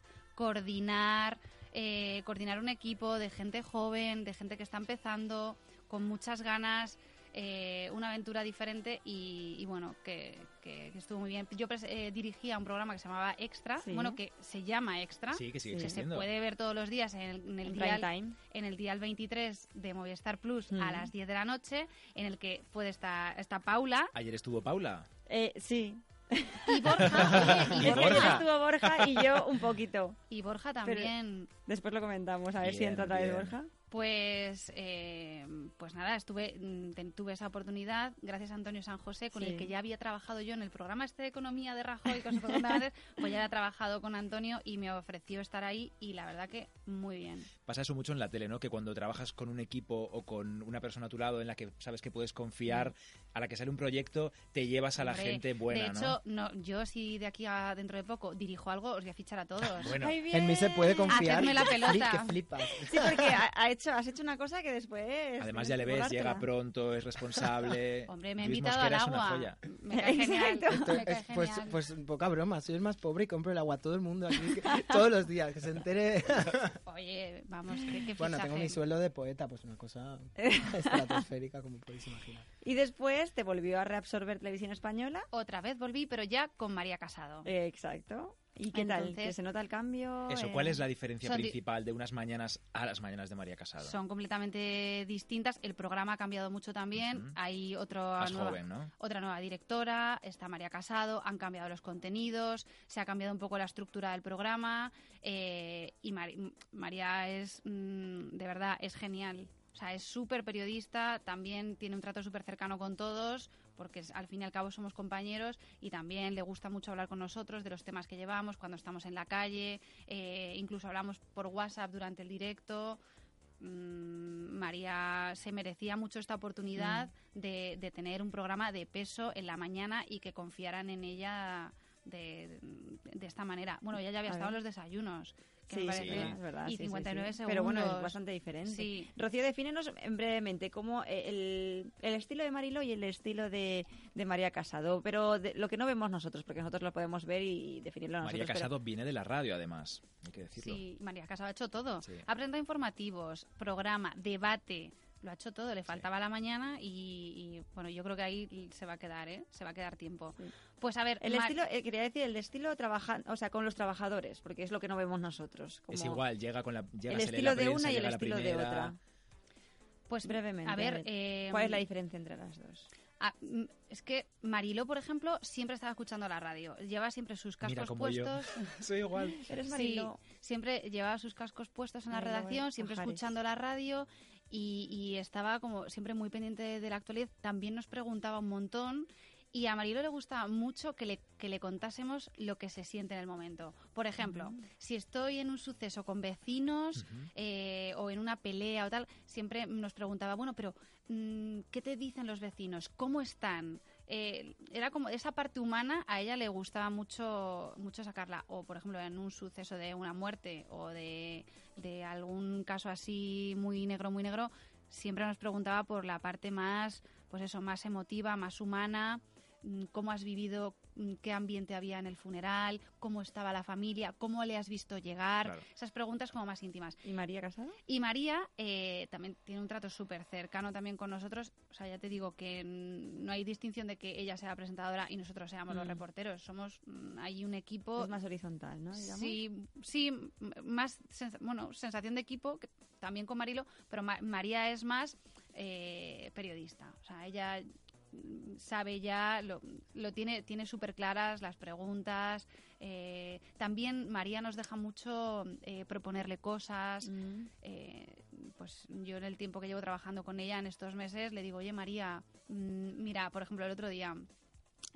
Speaker 6: coordinar, eh, coordinar un equipo de gente joven, de gente que está empezando, con muchas ganas, eh, una aventura diferente y, y bueno, que, que- que estuvo muy bien. Yo pres- eh, dirigía un programa que se llamaba Extra,
Speaker 3: Sí.
Speaker 6: bueno, que se llama Extra,
Speaker 2: Sí, que sigue
Speaker 3: Sí.
Speaker 6: que se
Speaker 2: existiendo.
Speaker 6: puede ver todos los días en el, en el
Speaker 3: En
Speaker 6: dial-
Speaker 3: prime time.
Speaker 6: en el día 23 de Movistar Plus a
Speaker 3: Mm.
Speaker 6: las 10 de la noche, en el que puede estar está Paula
Speaker 2: Ayer estuvo Paula.
Speaker 3: Eh, sí.
Speaker 6: y Borja, oye,
Speaker 2: Y
Speaker 6: y,
Speaker 3: Porque
Speaker 6: Borja
Speaker 2: Borja.
Speaker 3: estuvo Borja y yo un poquito.
Speaker 6: y Borja
Speaker 3: Pero-
Speaker 6: también.
Speaker 3: Después lo comentamos, a ver si
Speaker 2: Bien,
Speaker 3: entra otra vez
Speaker 2: bien.
Speaker 3: Borja.
Speaker 6: Pues, eh, pues nada, estuve, mm, ten- tuve esa oportunidad gracias a Antonio San José, con
Speaker 3: Sí.
Speaker 6: el que ya había trabajado yo en el programa este de economía de Rajoy con su programa de- pues ya había trabajado con Antonio y me ofreció estar ahí y la verdad que muy bien.
Speaker 2: Pasa eso mucho en la tele, ¿no? Que cuando trabajas con un equipo o con una persona a tu lado en la que sabes que puedes confiar, a la que sale un proyecto, te llevas a la
Speaker 6: Hombre,
Speaker 2: gente buena,
Speaker 6: De
Speaker 2: ¿no?
Speaker 6: hecho, no, yo si de aquí a dentro de poco dirijo algo, os voy a fichar a todos.
Speaker 2: Bueno,
Speaker 3: Ay, bien. Ah,
Speaker 5: En mí se puede confiar.
Speaker 6: Hacedme la
Speaker 5: que fli-
Speaker 6: pelota.
Speaker 5: Que flipas.
Speaker 3: Sí, porque ha, ha hecho, has hecho una cosa que después.
Speaker 2: además
Speaker 3: tienes
Speaker 2: ya le
Speaker 3: que
Speaker 2: ves,
Speaker 3: guardártela.
Speaker 2: llega pronto, es responsable.
Speaker 6: Hombre, me ha
Speaker 2: Luis
Speaker 6: invitado al
Speaker 2: Mosquera es una
Speaker 6: agua.
Speaker 2: joya.
Speaker 6: Me cae genial.
Speaker 3: Exacto.
Speaker 6: Me cae
Speaker 5: Es- pues,
Speaker 6: genial.
Speaker 5: pues poca broma, soy el más pobre y compro el agua a todo el mundo aquí, que- todos los días, que se entere.
Speaker 6: Oye, vamos, qué, qué
Speaker 5: bueno, tengo
Speaker 6: fichaje.
Speaker 5: mi sueldo de poeta, pues una cosa estratosférica, como podéis imaginar.
Speaker 3: Y después te volvió a reabsorber Televisión Española.
Speaker 6: Otra vez volví, pero ya con María Casado.
Speaker 3: Eh, exacto. ¿Y qué tal?
Speaker 6: Entonces-
Speaker 3: ¿Que se nota el cambio?
Speaker 2: Eso,
Speaker 3: Eh,
Speaker 2: ¿cuál es la diferencia
Speaker 6: son di-
Speaker 2: principal de unas mañanas a las mañanas de María Casado?
Speaker 6: Son completamente distintas. El programa ha cambiado mucho también.
Speaker 2: Ujú.
Speaker 6: Hay otro
Speaker 2: Más
Speaker 6: nueva-
Speaker 2: joven, ¿no?
Speaker 6: otra nueva directora, está María Casado, han cambiado los contenidos, se ha cambiado un poco la estructura del programa eh, y Mari- María es, mm, de verdad, es genial. O sea, es súper periodista, también tiene un trato súper cercano con todos, porque es- al fin y al cabo somos compañeros y también le gusta mucho hablar con nosotros de los temas que llevamos cuando estamos en la calle, eh, incluso hablamos por WhatsApp durante el directo. Mm, María se merecía mucho esta oportunidad de, de tener un programa de peso en la mañana y que confiaran en ella de, de esta manera. Bueno, ella ya había
Speaker 3: A
Speaker 6: estado en
Speaker 3: ver.
Speaker 6: los desayunos, que
Speaker 3: Sí,
Speaker 6: me
Speaker 3: sí,
Speaker 6: parece.
Speaker 3: es verdad,
Speaker 6: y
Speaker 3: sí, sí,
Speaker 6: 59
Speaker 3: sí. Pero bueno, es
Speaker 6: segundos.
Speaker 3: bastante diferente.
Speaker 6: Sí.
Speaker 3: Rocío, defínenos en brevemente cómo eh, el, el estilo de Mariló y el estilo de, de María Casado, pero de- lo que no vemos nosotros, porque nosotros lo podemos ver y definirlo nosotros.
Speaker 2: María
Speaker 3: pero-
Speaker 2: Casado viene de la radio, además, hay que decirlo.
Speaker 6: Sí, María Casado ha hecho todo.
Speaker 2: Sí.
Speaker 6: Ha presentado informativos, programa, debate. Lo ha hecho todo, le faltaba la mañana y, y, bueno, yo creo que ahí se va a quedar, ¿eh? Se va a quedar tiempo.
Speaker 3: Sí.
Speaker 6: Pues a ver,
Speaker 3: El
Speaker 6: Ma-
Speaker 3: estilo, eh, quería decir, el estilo trabaja, o sea, con los trabajadores, porque es lo que no vemos nosotros. como
Speaker 2: Es igual, llega con la llega,
Speaker 3: El
Speaker 2: se lee la
Speaker 3: estilo de
Speaker 2: prensa,
Speaker 3: una y el
Speaker 2: llega la
Speaker 3: estilo de
Speaker 2: primera.
Speaker 3: otra.
Speaker 6: pues
Speaker 3: Brevemente.
Speaker 6: A ver, eh,
Speaker 3: ¿cuál es la diferencia entre las dos?
Speaker 6: Ah, mm, es que Marilo, por ejemplo, siempre estaba escuchando la radio. Lleva siempre sus cascos
Speaker 2: Mira, como yo.
Speaker 6: puestos.
Speaker 2: Soy igual.
Speaker 3: Eres
Speaker 6: Sí,
Speaker 3: Mariló.
Speaker 6: siempre llevaba sus cascos puestos en la
Speaker 3: Mariló eh,
Speaker 6: redacción,
Speaker 3: es
Speaker 6: siempre
Speaker 3: Pajares.
Speaker 6: escuchando la radio y, y estaba como siempre muy pendiente de la actualidad. También nos preguntaba un montón y a Marilo le gustaba mucho que le, que le contásemos lo que se siente en el momento. Por ejemplo, si estoy en un suceso con vecinos eh, o en una pelea o tal, siempre nos preguntaba, bueno, pero mm, ¿qué te dicen los vecinos? ¿Cómo están? Eh, era como esa parte humana a ella le gustaba mucho mucho sacarla o por ejemplo en un suceso de una muerte o de, de algún caso así muy negro muy negro siempre nos preguntaba por la parte más pues eso más emotiva más humana mm, cómo has vivido mm, qué ambiente había en el funeral cómo estaba la familia cómo le has visto llegar
Speaker 2: Claro.
Speaker 6: esas preguntas como más íntimas
Speaker 3: ¿Y María Casado?
Speaker 6: y María eh, también tiene un trato súper cercano también con nosotros. O sea, ya te digo que mm, no hay distinción de que ella sea presentadora y nosotros seamos los
Speaker 3: Mm.
Speaker 6: reporteros. Somos, mm, hay un equipo...
Speaker 3: Es más horizontal, ¿no? Digamos.
Speaker 6: Sí, sí, m- más sensa- bueno, sensación de equipo, que también con Marilo, pero Ma- María es más eh, periodista. O sea, ella mm, sabe ya, lo, lo tiene, tiene súper claras las preguntas. eh, también María nos deja mucho eh, proponerle cosas.
Speaker 3: Mm.
Speaker 6: Eh, pues yo en el tiempo que llevo trabajando con ella en estos meses le digo, oye María, mm, mira, por ejemplo, el otro día,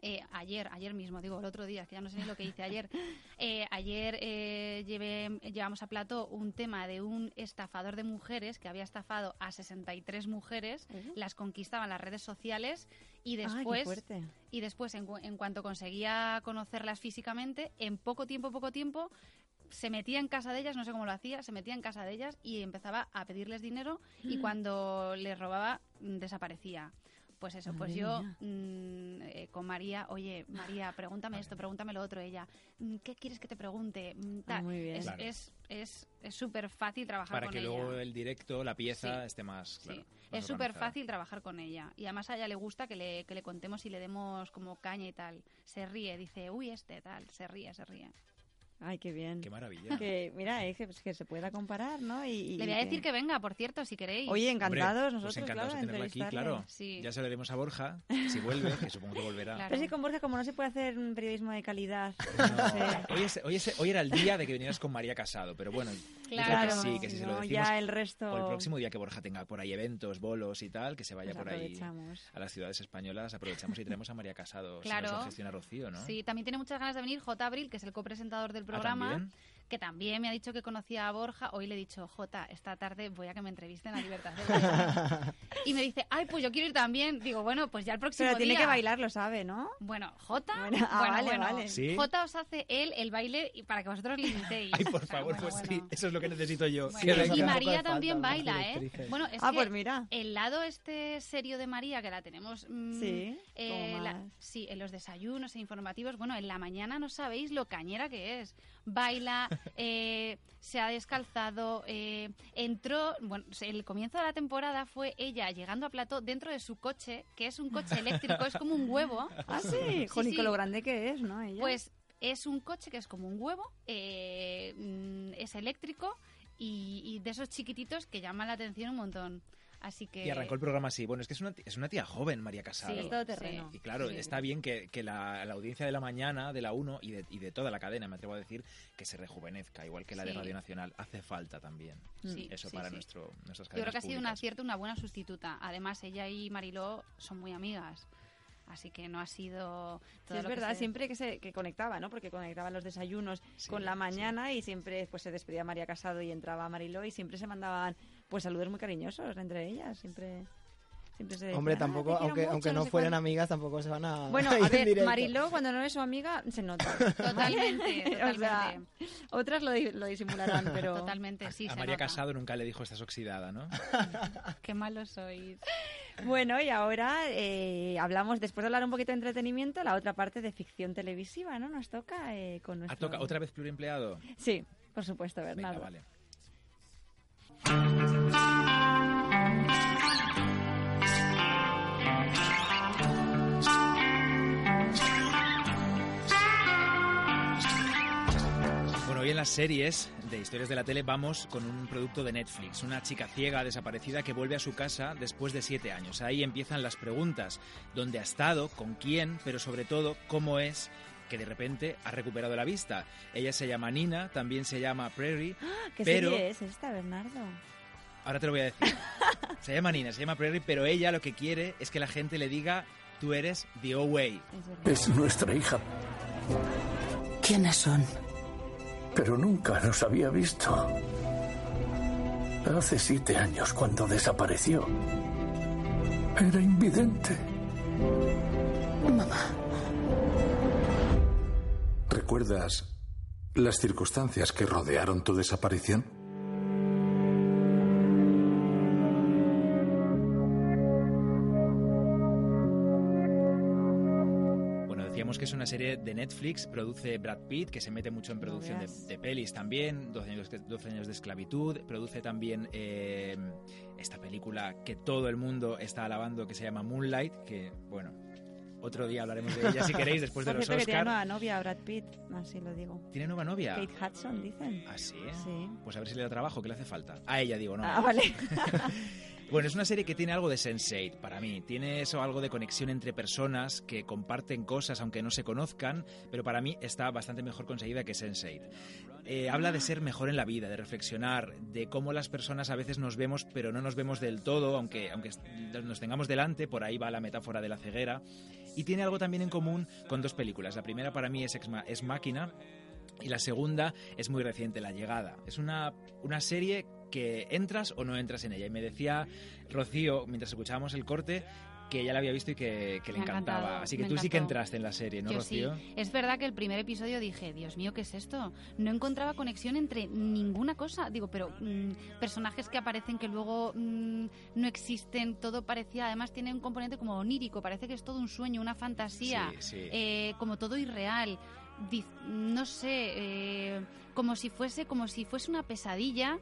Speaker 6: eh, ayer, ayer mismo, digo el otro día, es que ya no sé ni lo que hice ayer, eh, ayer eh, llevé- llevamos a plato un tema de un estafador de mujeres que había estafado a 63 mujeres,
Speaker 3: Uh.
Speaker 6: las conquistaba en las redes sociales y
Speaker 3: Ah, qué
Speaker 6: después
Speaker 3: fuerte.
Speaker 6: y después, en, cu- en cuanto conseguía conocerlas físicamente, en poco tiempo, poco tiempo, se metía en casa de ellas, no sé cómo lo hacía, se metía en casa de ellas y empezaba a pedirles dinero
Speaker 3: Mm.
Speaker 6: y cuando les robaba mm, desaparecía. Pues eso, pues
Speaker 3: Madre
Speaker 6: yo
Speaker 3: mía.
Speaker 6: mm, eh, con María, oye, María, pregúntame esto, pregúntame lo otro, ella, "Mm, ¿qué quieres que te pregunte? Mm, tal".
Speaker 3: Ah, muy bien.
Speaker 6: Es
Speaker 2: Claro.
Speaker 6: es- es- es súper fácil trabajar
Speaker 2: Para
Speaker 6: con
Speaker 2: que
Speaker 6: ella.
Speaker 2: luego el directo, la pieza,
Speaker 6: Sí.
Speaker 2: esté más.
Speaker 6: Sí.
Speaker 2: Claro, más
Speaker 6: es súper
Speaker 2: organizada.
Speaker 6: fácil trabajar con ella. Y además a ella le gusta que le, que le contemos y le demos como caña y tal. Se ríe, dice, uy, este tal. Se ríe, se ríe.
Speaker 3: Ay, qué bien.
Speaker 2: Qué maravilla.
Speaker 3: que, mira, es que, pues, que se pueda comparar, ¿no? Y, y-
Speaker 6: Le voy a decir que venga, por cierto, si queréis.
Speaker 3: Oye,
Speaker 2: Hombre,
Speaker 3: encantados
Speaker 2: pues
Speaker 3: nosotros,
Speaker 2: encantados
Speaker 3: claro,
Speaker 2: de
Speaker 3: de
Speaker 2: tenerla aquí,
Speaker 3: entrevistarle.
Speaker 2: claro.
Speaker 6: Sí.
Speaker 2: Ya se lo daremos a Borja, si vuelve, que supongo que volverá.
Speaker 6: Claro.
Speaker 3: Pero es que con Borja, como no se puede hacer un periodismo de calidad, pues
Speaker 2: No,
Speaker 3: no sé.
Speaker 2: hoy, es- hoy es- hoy era el día de que vinieras con María Casado, pero bueno, Yo creo
Speaker 6: Claro.
Speaker 2: que sí, que si se lo
Speaker 3: no,
Speaker 2: decimos.
Speaker 3: ya el resto.
Speaker 2: O el próximo día que Borja tenga por ahí eventos, bolos y tal, que se vaya
Speaker 3: pues
Speaker 2: por ahí
Speaker 3: aprovechamos.
Speaker 2: a las ciudades españolas, aprovechamos y tenemos a María Casado. si
Speaker 6: Claro.
Speaker 2: nos lo gestiona Rocío, ¿no?
Speaker 6: Sí, también tiene muchas ganas de venir J. Abril, que es el copresentador del
Speaker 2: Ah,
Speaker 6: programa,
Speaker 2: también.
Speaker 6: que también me ha dicho que conocía a Borja. Hoy le he dicho, J, esta tarde voy a que me entrevisten a Libertad. Cero". y me dice, ay, pues yo quiero ir también. Digo, bueno, pues ya el próximo
Speaker 3: Pero tiene
Speaker 6: día".
Speaker 3: que bailar, lo sabe, ¿no?
Speaker 6: Bueno, J,
Speaker 3: Bueno, ah,
Speaker 6: bueno,
Speaker 3: vale,
Speaker 6: bueno.
Speaker 3: vale.
Speaker 2: Sí.
Speaker 6: J os hace él el baile y para que vosotros le imitéis.
Speaker 2: Ay,
Speaker 6: O
Speaker 2: por
Speaker 6: sea,
Speaker 2: favor,
Speaker 6: bueno,
Speaker 2: pues sí,
Speaker 6: bueno.
Speaker 2: eso es lo que necesito yo.
Speaker 6: Bueno,
Speaker 5: Sí, les hace
Speaker 6: y
Speaker 5: un
Speaker 2: María
Speaker 5: poco
Speaker 6: María
Speaker 5: de
Speaker 6: también
Speaker 5: falta unas
Speaker 6: baila, ¿eh?
Speaker 5: directrices.
Speaker 6: Bueno, es
Speaker 3: ah,
Speaker 6: que
Speaker 3: pues mira.
Speaker 6: el lado este serio de María, que la tenemos... mm,
Speaker 3: Sí,
Speaker 6: eh,
Speaker 3: como
Speaker 6: la-
Speaker 3: más.
Speaker 6: sí, en los desayunos e informativos, bueno, en la mañana no sabéis lo cañera que es. Baila, eh, se ha descalzado, eh, entró, bueno, se- el comienzo de la temporada fue ella llegando a plató dentro de su coche, que es un coche eléctrico, es como un huevo.
Speaker 3: Ah, sí, Jonico,
Speaker 6: sí.
Speaker 3: lo grande que es, ¿no? Ella.
Speaker 6: Pues es un coche que es como un huevo, eh, mm, es eléctrico y, y de esos chiquititos que llaman la atención un montón. Así que...
Speaker 2: Y arrancó el programa así. Bueno, es que es una, t- es una tía joven, María
Speaker 6: Sí,
Speaker 2: Casado.
Speaker 3: Es todo terreno.
Speaker 2: Y claro,
Speaker 6: Sí.
Speaker 2: está bien que, que la, la audiencia de la mañana, de la 1 y de, y de toda la cadena, me atrevo a decir, que se rejuvenezca, igual que la de
Speaker 6: Sí.
Speaker 2: Radio Nacional. Hace falta también
Speaker 3: Mm.
Speaker 6: Sí,
Speaker 2: eso
Speaker 6: sí,
Speaker 2: para
Speaker 6: sí.
Speaker 2: nuestro, nuestras
Speaker 6: Yo
Speaker 2: cadenas
Speaker 6: creo que ha sido un
Speaker 2: públicas.
Speaker 6: acierto, una buena sustituta. Además, ella y Mariló son muy amigas. Así que no ha sido.
Speaker 3: Sí,
Speaker 6: todo
Speaker 3: es
Speaker 6: lo que
Speaker 3: verdad,
Speaker 6: se-
Speaker 3: siempre que se que conectaba, ¿no? Porque conectaban los desayunos
Speaker 2: Sí,
Speaker 3: con la
Speaker 2: sí.
Speaker 3: mañana y siempre pues, se despedía María Casado y entraba Mariló y siempre se mandaban pues saludos muy cariñosos entre ellas, siempre siempre se decían,
Speaker 5: Hombre,
Speaker 3: "Ah, te
Speaker 5: tampoco,
Speaker 3: quiero
Speaker 5: aunque,
Speaker 3: mucho",
Speaker 5: aunque
Speaker 3: no
Speaker 5: no
Speaker 3: sé
Speaker 5: fueran
Speaker 3: cuánto.
Speaker 5: amigas, tampoco se van a.
Speaker 3: Bueno,
Speaker 5: ir
Speaker 3: a
Speaker 5: en
Speaker 3: ver,
Speaker 5: directo.
Speaker 3: Mariló cuando no es su amiga se nota.
Speaker 6: Totalmente,
Speaker 3: ¿vale?
Speaker 6: totalmente.
Speaker 3: O sea, otras lo, di- lo disimularán, pero
Speaker 6: Totalmente, sí.
Speaker 2: A
Speaker 6: se
Speaker 2: María
Speaker 6: nota.
Speaker 2: Casado nunca le dijo estás oxidada, ¿no?
Speaker 6: Qué malo sois.
Speaker 3: Bueno, y ahora eh, hablamos, después de hablar un poquito de entretenimiento, la otra parte de ficción televisiva, ¿no? Nos toca eh, con
Speaker 2: Ah,
Speaker 3: nuestro...
Speaker 2: toca otra vez pluriempleado.
Speaker 3: Sí, por supuesto,
Speaker 2: Venga,
Speaker 3: Bernardo.
Speaker 2: vale. Bueno, hoy en las series de historias de la tele vamos con un producto de Netflix, una chica ciega desaparecida que vuelve a su casa después de siete años. Ahí empiezan las preguntas, dónde ha estado, con quién, pero sobre todo cómo es que de repente ha recuperado la vista. Ella se llama Nina, también se llama Prairie.
Speaker 3: ¿Qué
Speaker 2: Pero-
Speaker 3: serie es esta, Bernardo?
Speaker 2: Ahora te lo voy a decir. Se llama Nina, se llama Prairie, pero ella lo que quiere es que la gente le diga tú eres the O-Way.
Speaker 3: Es verdad.
Speaker 7: Es nuestra hija,
Speaker 8: ¿Quiénes son?
Speaker 7: pero nunca nos había visto. Hace siete años, cuando desapareció, era invidente.
Speaker 8: Mamá.
Speaker 9: ¿Recuerdas las circunstancias que rodearon tu desaparición?
Speaker 2: Bueno, decíamos que es una serie de Netflix, produce Brad Pitt, que se mete mucho en
Speaker 3: No
Speaker 2: producción de,
Speaker 3: veas.
Speaker 2: de pelis también, 12 años, de- 12 años de esclavitud, produce también eh, esta película que todo el mundo está alabando, que se llama Moonlight, que, bueno, otro día hablaremos de ella si queréis, después de
Speaker 3: Por
Speaker 2: los
Speaker 3: cierto, que tiene
Speaker 2: Oscars.
Speaker 3: nueva novia, Brad Pitt, así lo digo.
Speaker 2: ¿Tiene nueva novia?
Speaker 3: Kate Hudson, dicen.
Speaker 2: ¿Ah, sí?
Speaker 3: Sí.
Speaker 2: Pues a ver si le da trabajo, que le hace falta. A ella digo, no.
Speaker 3: Ah, vale.
Speaker 2: Bueno, es una serie que tiene algo de Sense8 para mí. Tiene eso algo de conexión entre personas que comparten cosas aunque no se conozcan, pero para mí está bastante mejor conseguida que Sense8. Eh, habla de ser mejor en la vida, de reflexionar, de cómo las personas a veces nos vemos pero no nos vemos del todo, aunque, aunque est- nos tengamos delante, por ahí va la metáfora de la ceguera. Y tiene algo también en común con dos películas. La primera para mí es Ex Ma- es Máquina, y la segunda es muy reciente, La Llegada. Es una, una serie que entras o no entras en ella. Y me decía Rocío, mientras escuchábamos el corte, que ya la había visto y que, que le
Speaker 6: Me ha
Speaker 2: encantaba.
Speaker 6: encantado,
Speaker 2: Así que
Speaker 6: me
Speaker 2: tú sí que
Speaker 6: encantó.
Speaker 2: entraste en la serie, ¿no,
Speaker 6: Yo sí.
Speaker 2: Rocío?
Speaker 6: Es verdad que el primer episodio dije, Dios mío, ¿qué es esto? No encontraba conexión entre ninguna cosa. Digo, pero mm, personajes que aparecen que luego mm, no existen, todo parecía, además tiene un componente como onírico, parece que es todo un sueño, una fantasía.
Speaker 2: sí.
Speaker 6: eh, como todo irreal, Diz- no sé, eh, como si fuese como si fuese una pesadilla.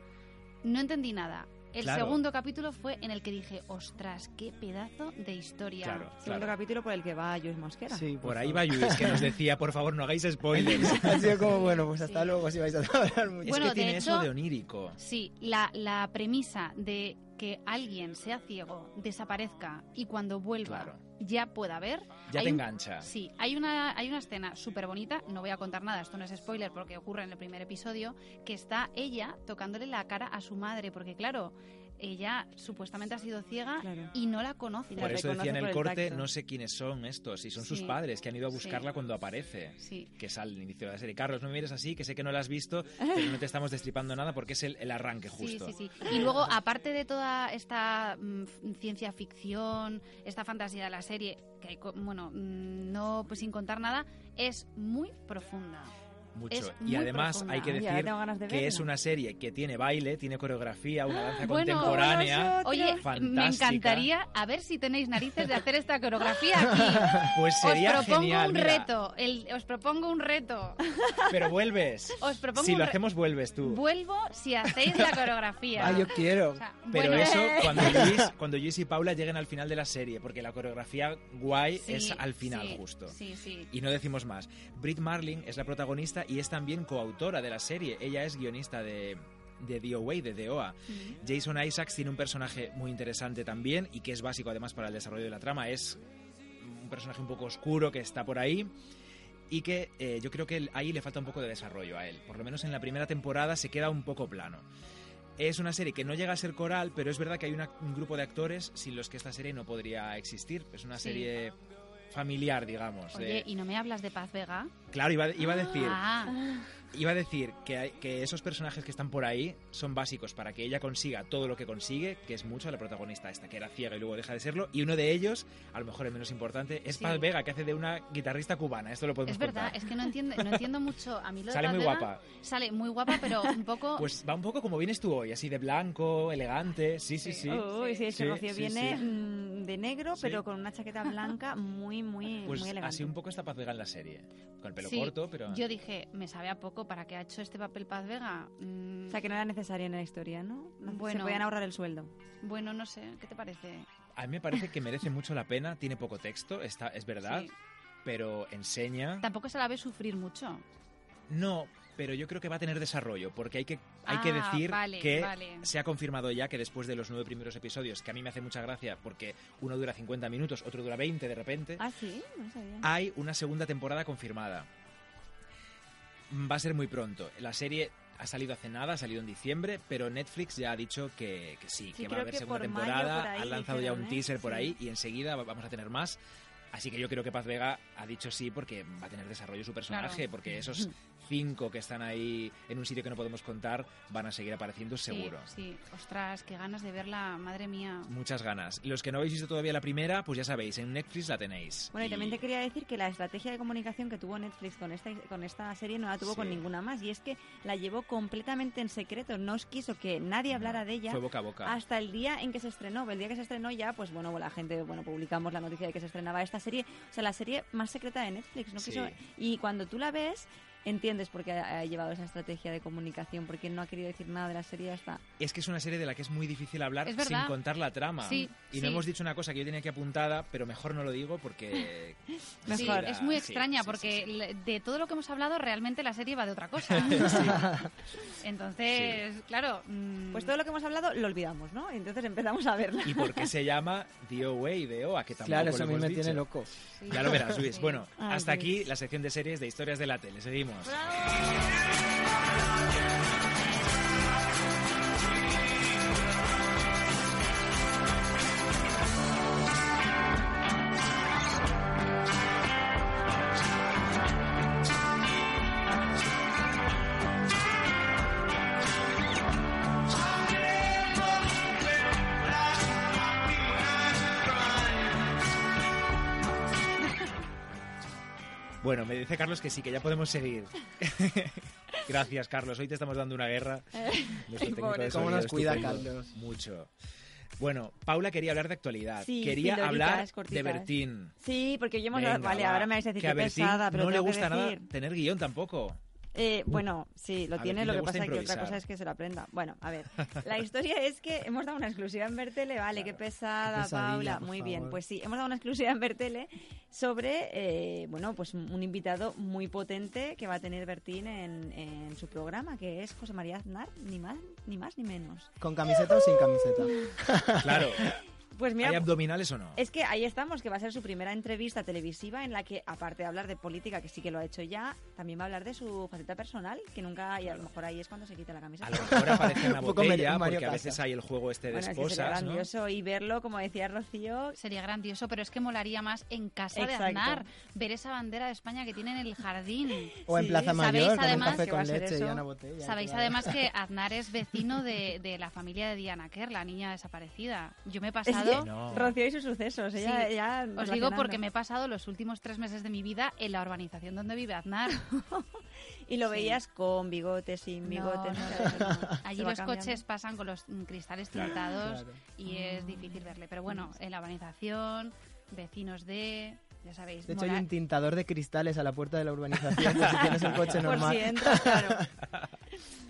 Speaker 6: No entendí nada. El
Speaker 2: Claro.
Speaker 6: segundo capítulo fue en el que dije, ostras, qué pedazo de historia.
Speaker 2: claro,
Speaker 3: Segundo
Speaker 2: claro.
Speaker 3: capítulo por el que va Luis Mosquera.
Speaker 5: Sí,
Speaker 2: Por ahí va
Speaker 5: favor.
Speaker 2: Luis, que nos decía, por favor, no hagáis spoilers.
Speaker 5: Ha sido como, bueno, pues hasta
Speaker 6: Sí.
Speaker 5: luego si vais a hablar mucho.
Speaker 2: es
Speaker 6: Bueno,
Speaker 2: que
Speaker 6: de
Speaker 2: tiene
Speaker 6: hecho-
Speaker 2: eso de onírico.
Speaker 6: Sí, la, la premisa de que alguien sea ciego, desaparezca y cuando vuelva
Speaker 2: Claro. Ah.
Speaker 6: ya pueda ver.
Speaker 2: Ya te
Speaker 6: un-
Speaker 2: engancha.
Speaker 6: Sí, hay una, hay una escena súper bonita, no voy a contar nada, esto no es spoiler porque ocurre en el primer episodio, que está ella tocándole la cara a su madre, porque claro, ella supuestamente ha sido ciega
Speaker 3: Ah, Claro.
Speaker 6: y no la conoce.
Speaker 3: Y la
Speaker 2: Por eso decía en
Speaker 3: reconoce por
Speaker 2: el
Speaker 3: el
Speaker 2: corte,
Speaker 3: tacto.
Speaker 2: no sé quiénes son estos, si son sus
Speaker 6: Sí.
Speaker 2: padres que han ido a
Speaker 6: Sí.
Speaker 2: buscarla cuando aparece.
Speaker 6: Sí.
Speaker 2: Que sale al inicio de la serie. Carlos, no me mires así, que sé que no la has visto, pero no te estamos destripando nada porque es el, el arranque justo.
Speaker 6: Sí, sí, sí. Y luego, aparte de toda esta mm, f- ciencia ficción, esta fantasía de la serie, que, co- bueno, mm, no pues, sin contar nada, es muy profunda.
Speaker 2: Mucho.
Speaker 6: Es
Speaker 2: y
Speaker 6: muy
Speaker 2: además
Speaker 6: profunda.
Speaker 2: hay que
Speaker 3: Ay, ahora
Speaker 2: decir
Speaker 3: tengo ganas de
Speaker 2: que es
Speaker 3: verla.
Speaker 2: una serie que tiene baile, tiene coreografía, una danza
Speaker 6: Bueno,
Speaker 2: contemporánea.
Speaker 6: Oye, me
Speaker 2: fantástica.
Speaker 6: encantaría a ver si tenéis narices de hacer esta coreografía aquí.
Speaker 2: Pues sería
Speaker 6: os propongo
Speaker 2: genial.
Speaker 6: un
Speaker 2: mira.
Speaker 6: reto, el- os propongo un reto.
Speaker 2: Pero vuelves.
Speaker 6: Os propongo
Speaker 2: si
Speaker 6: un
Speaker 2: lo
Speaker 6: re-
Speaker 2: hacemos, vuelves tú.
Speaker 6: Vuelvo si hacéis la coreografía.
Speaker 5: Ah, yo quiero.
Speaker 6: O sea,
Speaker 2: Pero
Speaker 6: bueno,
Speaker 2: eso cuando Luis, cuando Luis y Paula lleguen al final de la serie, porque la coreografía guay
Speaker 6: eh, sí,
Speaker 2: es al final
Speaker 6: sí,
Speaker 2: justo.
Speaker 6: Sí, sí.
Speaker 2: Y no decimos más. Britt Marling es la protagonista y es también coautora de la serie. Ella es guionista de, de DOA, de DOA. Jason Isaacs tiene un personaje muy interesante también y que es básico además para el desarrollo de la trama. Es un personaje un poco oscuro que está por ahí y que eh, yo creo que él- ahí le falta un poco de desarrollo a él. Por lo menos en la primera temporada se queda un poco plano. Es una serie que no llega a ser coral, pero es verdad que hay una- un grupo de actores sin los que esta serie no podría existir. Es una
Speaker 6: Sí.
Speaker 2: serie familiar, digamos. de-
Speaker 6: Oye, ¿y no me hablas de Paz Vega?
Speaker 2: Claro, iba, iba a decir,
Speaker 6: Ah,
Speaker 2: iba a decir que, hay- que esos personajes que están por ahí son básicos para que ella consiga todo lo que consigue, que es mucho la protagonista esta, que era ciega y luego deja de serlo. Y uno de ellos, a lo mejor el menos importante, es
Speaker 6: Sí.
Speaker 2: Paz Vega, que hace de una guitarrista cubana. Esto lo podemos
Speaker 6: es verdad,
Speaker 2: contar.
Speaker 6: es que no entiendo, no entiendo mucho. A mí lo de
Speaker 2: Sale
Speaker 6: Paz
Speaker 2: muy
Speaker 6: Vega
Speaker 2: guapa.
Speaker 6: Sale muy guapa, pero un poco...
Speaker 2: Pues va un poco como vienes tú hoy, así de blanco, elegante. Sí, sí, sí.
Speaker 6: Oh,
Speaker 3: Uy, sí, de hecho,
Speaker 2: Sí,
Speaker 3: Rocío
Speaker 2: sí,
Speaker 3: viene
Speaker 2: sí.
Speaker 3: mm, de negro,
Speaker 2: Sí.
Speaker 3: pero con una chaqueta blanca muy, muy,
Speaker 2: Pues
Speaker 3: muy elegante.
Speaker 2: así un poco está Paz Vega en la serie. Con el pelo
Speaker 6: sí,
Speaker 2: corto, pero.
Speaker 6: Yo dije, me sabe a poco para qué ha hecho este papel Paz Vega. Mm,
Speaker 3: O sea, que no era necesaria en la historia, ¿no? No-
Speaker 6: Bueno.
Speaker 3: Se podían ahorrar el sueldo.
Speaker 6: Bueno, no sé, ¿qué te parece?
Speaker 2: A mí me parece que merece mucho la pena, tiene poco texto, está, es verdad,
Speaker 6: Sí.
Speaker 2: pero enseña.
Speaker 6: Tampoco se la ve sufrir mucho.
Speaker 2: No, pero yo creo que va a tener desarrollo, porque hay que, hay
Speaker 6: Ah,
Speaker 2: que decir
Speaker 6: vale,
Speaker 2: que
Speaker 6: vale.
Speaker 2: se ha confirmado ya que después de los nueve primeros episodios, que a mí me hace mucha gracia porque uno dura 50 minutos, otro dura 20 de repente,
Speaker 3: Ah, sí, no sabía.
Speaker 2: hay una segunda temporada confirmada. Mm, Va a ser muy pronto. La serie ha salido hace nada, ha salido en diciembre, pero Netflix ya ha dicho que, que sí, que
Speaker 3: Sí,
Speaker 2: va a
Speaker 3: creo
Speaker 2: haber
Speaker 3: que
Speaker 2: segunda
Speaker 3: por mayo,
Speaker 2: temporada,
Speaker 3: por ahí,
Speaker 2: han lanzado ya un
Speaker 3: dijeron, ¿eh?
Speaker 2: teaser por
Speaker 3: Sí.
Speaker 2: ahí y enseguida va- vamos a tener más. Así que yo creo que Paz Vega ha dicho sí porque va a tener desarrollo su personaje,
Speaker 6: Claro.
Speaker 2: porque esos cinco que están ahí en un sitio que no podemos contar van a seguir apareciendo seguro.
Speaker 6: Sí, sí. Ostras, qué ganas de verla, madre mía.
Speaker 2: Muchas ganas. Los que no habéis visto todavía la primera, pues ya sabéis, en Netflix la tenéis.
Speaker 3: Bueno, y también te quería decir que la estrategia de comunicación que tuvo Netflix con esta, con esta serie no la tuvo
Speaker 2: Sí.
Speaker 3: con ninguna más. Y es que la llevó completamente en secreto. No os quiso que nadie hablara de ella. Ah,
Speaker 2: Fue boca a boca.
Speaker 3: Hasta el día en que se estrenó. El día que se estrenó ya, pues bueno, la gente, bueno, publicamos la noticia de que se estrenaba esta serie. O sea, la serie más secreta de Netflix. ¿no?
Speaker 2: Sí.
Speaker 3: Quiso- Y cuando tú la ves, entiendes por qué ha, ha llevado esa estrategia de comunicación, porque no ha querido decir nada de la serie hasta...
Speaker 2: Es que es una serie de la que es muy difícil hablar
Speaker 6: Es
Speaker 2: sin
Speaker 6: verdad.
Speaker 2: contar la trama.
Speaker 6: Sí,
Speaker 2: y
Speaker 6: sí.
Speaker 2: no hemos dicho una cosa que yo tenía aquí apuntada, pero mejor no lo digo porque...
Speaker 3: Mejor.
Speaker 6: Sí,
Speaker 2: Era-
Speaker 6: es muy
Speaker 2: sí,
Speaker 6: extraña
Speaker 2: sí, sí,
Speaker 6: porque
Speaker 2: sí.
Speaker 6: le- de todo lo que hemos hablado realmente la serie va de otra cosa. Entonces, claro, mm,
Speaker 3: Pues todo lo que hemos hablado lo olvidamos, ¿no? Y entonces empezamos a verla.
Speaker 2: ¿Y por qué se llama The Way de OA? Que tampoco
Speaker 5: Claro,
Speaker 2: lo
Speaker 5: eso a mí
Speaker 2: hemos
Speaker 5: me
Speaker 2: dicho.
Speaker 5: tiene loco.
Speaker 6: sí.
Speaker 2: Ya lo verás, Luis.
Speaker 6: Sí.
Speaker 2: Bueno,
Speaker 3: Ay,
Speaker 2: hasta
Speaker 3: Luis.
Speaker 2: aquí la sección de series de historias de la tele. Seguimos. Bueno, me dice Carlos que sí, que ya podemos seguir. Gracias, Carlos. Hoy te estamos dando una guerra. Nuestro técnico
Speaker 3: pobre.
Speaker 2: de
Speaker 5: Cómo
Speaker 2: sonido
Speaker 5: nos cuida
Speaker 2: estupendo.
Speaker 5: Carlos.
Speaker 2: Mucho. Bueno, Paula quería hablar de actualidad.
Speaker 3: Sí,
Speaker 2: quería
Speaker 3: pildoritas,
Speaker 2: hablar de
Speaker 3: cortitas.
Speaker 2: Bertín.
Speaker 3: Sí, porque ya hemos...
Speaker 2: Venga,
Speaker 3: vale,
Speaker 2: va.
Speaker 3: ahora me vais a decir que,
Speaker 2: a Bertín
Speaker 3: pesada, pero
Speaker 2: no le
Speaker 3: tengo que
Speaker 2: gusta nada
Speaker 3: decir.
Speaker 2: tener guión tampoco.
Speaker 3: Eh, bueno, sí, lo
Speaker 2: A
Speaker 3: tiene,
Speaker 2: Bertín
Speaker 3: lo
Speaker 2: le
Speaker 3: que
Speaker 2: gusta
Speaker 3: pasa es que otra
Speaker 2: improvisar.
Speaker 3: cosa es que se lo aprenda. Bueno, a ver, la historia es que hemos dado una exclusiva en Bertele, vale, qué
Speaker 5: Qué
Speaker 3: pesada,
Speaker 5: pesadilla,
Speaker 3: Paula,
Speaker 5: por
Speaker 3: muy bien,
Speaker 5: favor.
Speaker 3: pues sí, hemos dado una exclusiva en Bertele sobre, eh, bueno, pues un invitado muy potente que va a tener Bertín en, en su programa, que es José María Aznar, ni más ni, más, ni menos.
Speaker 5: ¿Con camiseta o sin camiseta?
Speaker 2: Claro.
Speaker 3: Pues mira,
Speaker 2: ¿Hay abdominales o no?
Speaker 3: es que ahí estamos, que va a ser su primera entrevista televisiva en la que, aparte de hablar de política, que sí que lo ha hecho ya, también va a hablar de su faceta personal, que nunca, y a lo mejor ahí es cuando se quita la camiseta.
Speaker 2: A lo mejor aparece en la
Speaker 5: Un poco Mario-
Speaker 2: botella,
Speaker 5: Mario
Speaker 2: porque a
Speaker 5: Casa.
Speaker 2: veces hay el juego este de
Speaker 3: Bueno, es que sería
Speaker 2: esposas, ¿no?
Speaker 3: grandioso y verlo, como decía Rocío,
Speaker 6: Sería grandioso, pero es que molaría más en casa
Speaker 3: Exacto.
Speaker 6: de Aznar ver esa bandera de España que tiene en el jardín.
Speaker 5: O en
Speaker 3: Sí,
Speaker 5: Plaza
Speaker 6: sabéis
Speaker 5: Mayor, con un
Speaker 6: además
Speaker 5: café
Speaker 3: que va a
Speaker 5: con
Speaker 3: ser
Speaker 5: leche y
Speaker 3: eso.
Speaker 5: una botella.
Speaker 6: Sabéis
Speaker 5: claro.
Speaker 6: además que Aznar es vecino de, de la familia de Diana Kerr, la niña desaparecida. Yo me he
Speaker 3: Es que
Speaker 6: pasado,
Speaker 2: No.
Speaker 3: Rocío y sus sucesos. Ella,
Speaker 6: Sí.
Speaker 3: ella
Speaker 6: os digo
Speaker 3: relacionando.
Speaker 6: porque me he pasado los últimos tres meses de mi vida en la urbanización donde vive Aznar.
Speaker 3: Y lo
Speaker 6: Sí.
Speaker 3: veías con bigote, sin bigote.
Speaker 6: No,
Speaker 3: no,
Speaker 6: no,
Speaker 3: no, no.
Speaker 6: Allí
Speaker 3: Se va
Speaker 6: los
Speaker 3: cambiando.
Speaker 6: coches pasan con los mm, cristales tintados
Speaker 5: claro.
Speaker 6: y es difícil verle. Pero bueno, en la urbanización, vecinos de... Ya sabéis,
Speaker 5: De hecho, hay
Speaker 6: mola-
Speaker 5: un tintador de cristales a la puerta de la urbanización. por si tienes un coche
Speaker 3: Por si
Speaker 5: normal.
Speaker 3: entras, claro.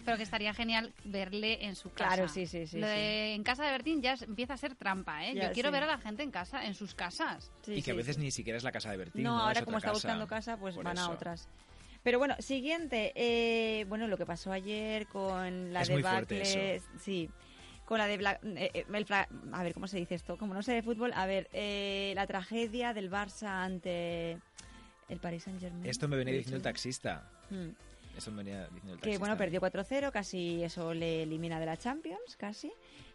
Speaker 6: Pero que estaría genial verle en su casa.
Speaker 3: Claro, sí, sí, sí,
Speaker 6: Lo de en casa de Bertín ya es- empieza a ser trampa, ¿eh?
Speaker 3: Ya,
Speaker 6: Yo quiero
Speaker 3: sí.
Speaker 6: ver a la gente en casa, en sus casas.
Speaker 3: Sí,
Speaker 2: y que
Speaker 3: sí,
Speaker 2: a veces
Speaker 3: sí.
Speaker 2: ni siquiera es la casa de Bertín.
Speaker 3: No,
Speaker 2: Es
Speaker 3: ahora
Speaker 2: otra
Speaker 3: como está buscando casa, pues
Speaker 2: Por
Speaker 3: van a
Speaker 2: eso.
Speaker 3: otras. Pero bueno, siguiente. eh, bueno, lo que pasó ayer con la
Speaker 2: Es muy fuerte
Speaker 3: debacle.
Speaker 2: eso.
Speaker 3: Sí. Con la de Bla- eh, eh, el Fla- a ver, ¿cómo se dice esto? Como no sé de fútbol, a ver, eh, la tragedia del Barça ante el Paris Saint-Germain.
Speaker 2: Esto me venía
Speaker 3: ¿Lo he
Speaker 2: diciendo el
Speaker 3: dicho
Speaker 2: taxista.
Speaker 3: bien? Mm.
Speaker 2: Eso me venía diciendo el taxista.
Speaker 3: que bueno, perdió 4-0, casi eso le elimina de la Champions, casi.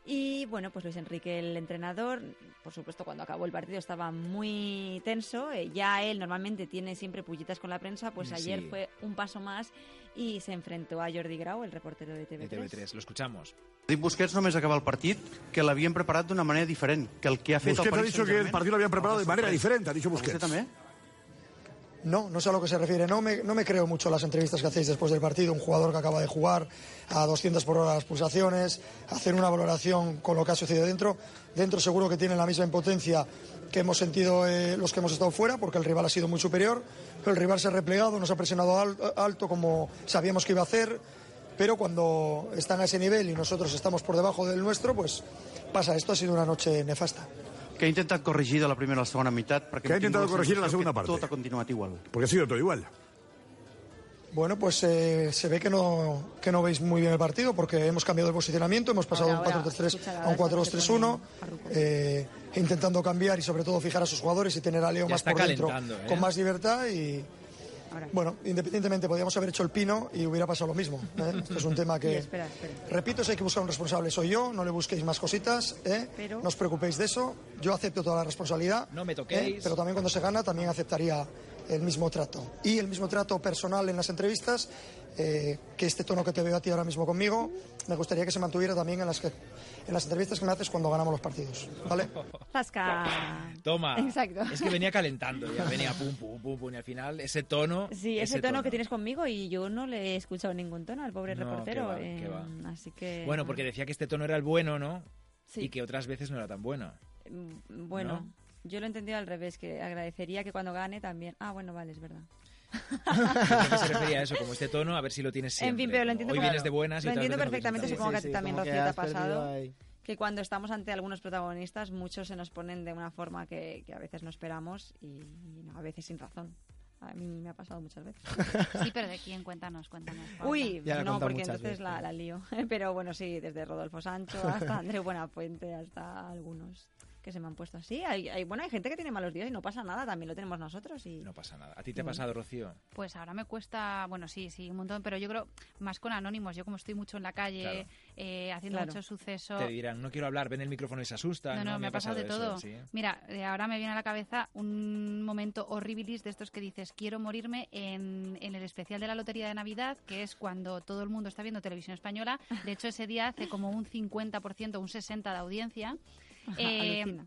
Speaker 3: Y bueno, pues Luis Enrique, el entrenador, por supuesto, cuando acabó el partido estaba muy tenso. eh, ya él normalmente tiene siempre pullitas con la prensa, pues
Speaker 2: Mm, Sí.
Speaker 3: ayer fue un paso más y se enfrentó a Jordi Grau, el reportero de
Speaker 2: De
Speaker 3: TV3.
Speaker 2: TV3. Lo escuchamos.
Speaker 1: Dit Busquets només acabar el partit que l'havien preparat d'una manera diferent que el que ha fet
Speaker 7: Busquets
Speaker 1: el
Speaker 7: ha
Speaker 1: Paris
Speaker 7: dicho que el
Speaker 1: Saint-Germain.
Speaker 7: partido lo habían preparado de manera
Speaker 1: Sorprèn.
Speaker 7: diferente, ha dicho
Speaker 1: A vostè
Speaker 7: Busquets.
Speaker 1: també?
Speaker 4: No, no sé a lo que se refiere. No me, no me creo mucho las entrevistas que hacéis después del partido. Un jugador que acaba de jugar a 200 por hora las pulsaciones, hacer una valoración con lo que ha sucedido dentro. Dentro seguro que tienen la misma impotencia que hemos sentido eh, los que hemos estado fuera, porque el rival ha sido muy superior. Pero el rival se ha replegado, nos ha presionado al- alto como sabíamos que iba a hacer. Pero cuando están a ese nivel y nosotros estamos por debajo del nuestro, pues pasa esto. Ha sido una noche nefasta.
Speaker 1: Que ha intentat corregir de la primera a la segona meitat perquè
Speaker 7: Que ha
Speaker 1: hem tingut
Speaker 7: intentado corregir en la
Speaker 1: sensació
Speaker 7: segunda
Speaker 1: que
Speaker 7: parte.
Speaker 1: Tot ha continuat igual.
Speaker 7: Porque ha sido todo igual.
Speaker 4: Bueno, pues eh, se ve que no, que no veis muy bien el partido porque hemos cambiado de posicionamiento, hemos pasado
Speaker 3: Ahora,
Speaker 4: de un
Speaker 3: ahora,
Speaker 4: 4-3-3
Speaker 3: escucha,
Speaker 4: a un
Speaker 3: ahora se
Speaker 4: 4-2-3-1,
Speaker 3: pone Farruko.
Speaker 4: eh, intentando cambiar y sobre todo fijar a sus jugadores y tener a Leo
Speaker 2: Ya
Speaker 4: más
Speaker 2: está
Speaker 4: por dentro,
Speaker 2: calentando, ¿eh?
Speaker 4: con más libertad y...
Speaker 3: Ahora.
Speaker 4: Bueno, independientemente, podíamos haber hecho el pino y hubiera pasado lo mismo. ¿eh? Esto es un tema
Speaker 3: Y
Speaker 4: que...
Speaker 3: espera, espera.
Speaker 4: Repito, si hay que buscar un responsable soy yo, no le busquéis más cositas, ¿eh?
Speaker 3: Pero-
Speaker 4: no os preocupéis de eso, yo acepto toda la responsabilidad,
Speaker 2: No me toquéis.
Speaker 4: Eh, pero también cuando se gana también aceptaría el mismo trato. Y el mismo trato personal en las entrevistas, eh, que este tono que te veo a ti ahora mismo conmigo, me gustaría que se mantuviera también en las, que, en las entrevistas que me haces cuando ganamos los partidos, ¿vale?
Speaker 3: Zasca.
Speaker 2: Toma.
Speaker 3: Exacto.
Speaker 2: Es que venía calentando. Ya venía pum, pum, pum, pum. Y al final, ese tono.
Speaker 3: Sí, ese, tono, que tienes conmigo y yo no le he escuchado ningún tono al pobre
Speaker 2: No, qué
Speaker 3: reportero.
Speaker 2: va, qué
Speaker 3: eh,
Speaker 2: va.
Speaker 3: Así que.
Speaker 2: Bueno, porque decía que este tono era el bueno, ¿no?
Speaker 3: Sí.
Speaker 2: Y que otras veces no era tan bueno.
Speaker 3: Mm, Bueno,
Speaker 2: ¿No?
Speaker 3: yo lo he entendido al revés, que agradecería que cuando gane también. Ah, bueno, vale, es verdad.
Speaker 2: Creo que se refería a eso, como este tono, a ver si lo tienes siempre.
Speaker 3: En fin, pero lo entiendo
Speaker 2: Hoy
Speaker 3: como-
Speaker 2: vienes de buenas y
Speaker 3: lo
Speaker 2: otras
Speaker 3: entiendo
Speaker 2: veces no
Speaker 3: perfectamente,
Speaker 2: vienes
Speaker 3: supongo
Speaker 2: tan
Speaker 3: que a ti también,
Speaker 5: como
Speaker 3: Rocío, te
Speaker 5: has
Speaker 3: ha pasado.
Speaker 5: perdido ahí.
Speaker 3: Que cuando estamos ante algunos protagonistas, muchos se nos ponen de una forma que, que a veces no esperamos y, y no, a veces sin razón. A mí me ha pasado muchas veces.
Speaker 6: Sí, pero de quién, cuéntanos, cuéntanos. Paula.
Speaker 3: Uy,
Speaker 5: Ya la he
Speaker 3: no,
Speaker 5: contado
Speaker 3: porque
Speaker 5: muchas
Speaker 3: entonces la,
Speaker 5: veces.
Speaker 3: la lío. Pero bueno, sí, desde Rodolfo Sancho hasta Andrés Buenafuente, hasta algunos que se me han puesto así. Hay, hay- bueno, hay gente que tiene malos días y no pasa nada, también lo tenemos nosotros. Y...
Speaker 2: bien. No pasa nada. ¿A ti te ha pasado, Rocío?
Speaker 6: Pues ahora me cuesta, bueno, sí, sí, un montón, pero yo creo más con anónimos. Yo como estoy mucho en la calle,
Speaker 2: Claro.
Speaker 6: eh, haciendo
Speaker 3: Claro.
Speaker 6: mucho suceso...
Speaker 2: Te dirán, no quiero hablar, ven el micrófono y se asustan.
Speaker 6: No, no, me,
Speaker 2: ha
Speaker 6: ha pasado, de todo.
Speaker 2: eso, sí.
Speaker 6: Mira, eh, ahora me viene a la cabeza un momento horribilis de estos que dices, quiero morirme en, en el especial de la Lotería de Navidad, que es cuando todo el mundo está viendo televisión española. De hecho, ese día hace como un 50%, un 60% de audiencia. Eh,
Speaker 3: Alucina.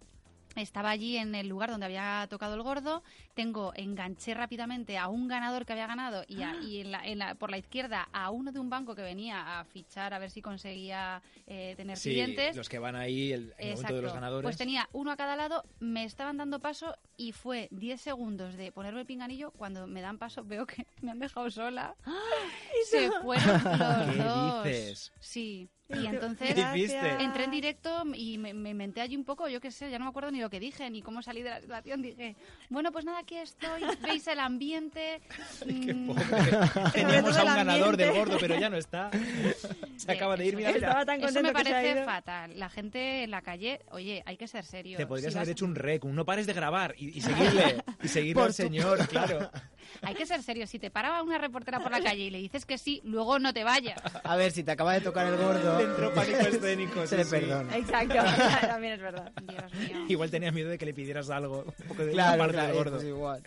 Speaker 6: Estaba allí en el lugar donde había tocado el gordo. Tengo, enganché rápidamente a un ganador que había ganado y, a- y en la- en la- por la izquierda a uno de un banco que venía a fichar a ver si conseguía eh, tener
Speaker 2: Sí,
Speaker 6: clientes.
Speaker 2: los que van ahí, el, el momento de los
Speaker 6: Exacto.
Speaker 2: ganadores.
Speaker 6: Pues tenía uno a cada lado, me estaban dando paso y fue 10 segundos de ponerme el pinganillo. Cuando me dan paso, veo que me han dejado sola. Se fueron los
Speaker 2: ¿Qué
Speaker 6: dos.
Speaker 2: dices?
Speaker 6: Sí.
Speaker 2: ¿Qué
Speaker 6: Y entonces
Speaker 2: hiciste?
Speaker 6: entré en directo y me, me menté allí un poco, yo qué sé, ya no me acuerdo ni lo que dije, ni cómo salí de la situación. Dije, bueno, pues nada, aquí estoy, veis el ambiente. Mm,
Speaker 2: Teníamos a un
Speaker 6: el
Speaker 2: ganador
Speaker 6: ambiente.
Speaker 2: del gordo, pero ya no está. Se acaba de ir, mira, mira.
Speaker 6: Eso me parece fatal. La gente en la calle, oye, hay que ser serio.
Speaker 2: Te podrías
Speaker 6: Si vas
Speaker 2: haber hecho un rec, un no pares de grabar y, y seguirle, y seguirle
Speaker 6: Por
Speaker 2: al
Speaker 6: tu-
Speaker 2: señor, claro.
Speaker 6: Hay que ser serio. Si te paraba una reportera por la calle y le dices que sí, luego no te vayas.
Speaker 5: A ver, si te acaba de tocar el gordo.
Speaker 2: Le entró pánico escénico,
Speaker 5: Se
Speaker 2: sí,
Speaker 5: le
Speaker 2: sí.
Speaker 5: perdona.
Speaker 3: Exacto, también es verdad.
Speaker 2: Igual tenías miedo de que le pidieras algo, un poco de una
Speaker 5: Claro,
Speaker 2: parte
Speaker 5: claro,
Speaker 2: del gordo.
Speaker 5: pues igual.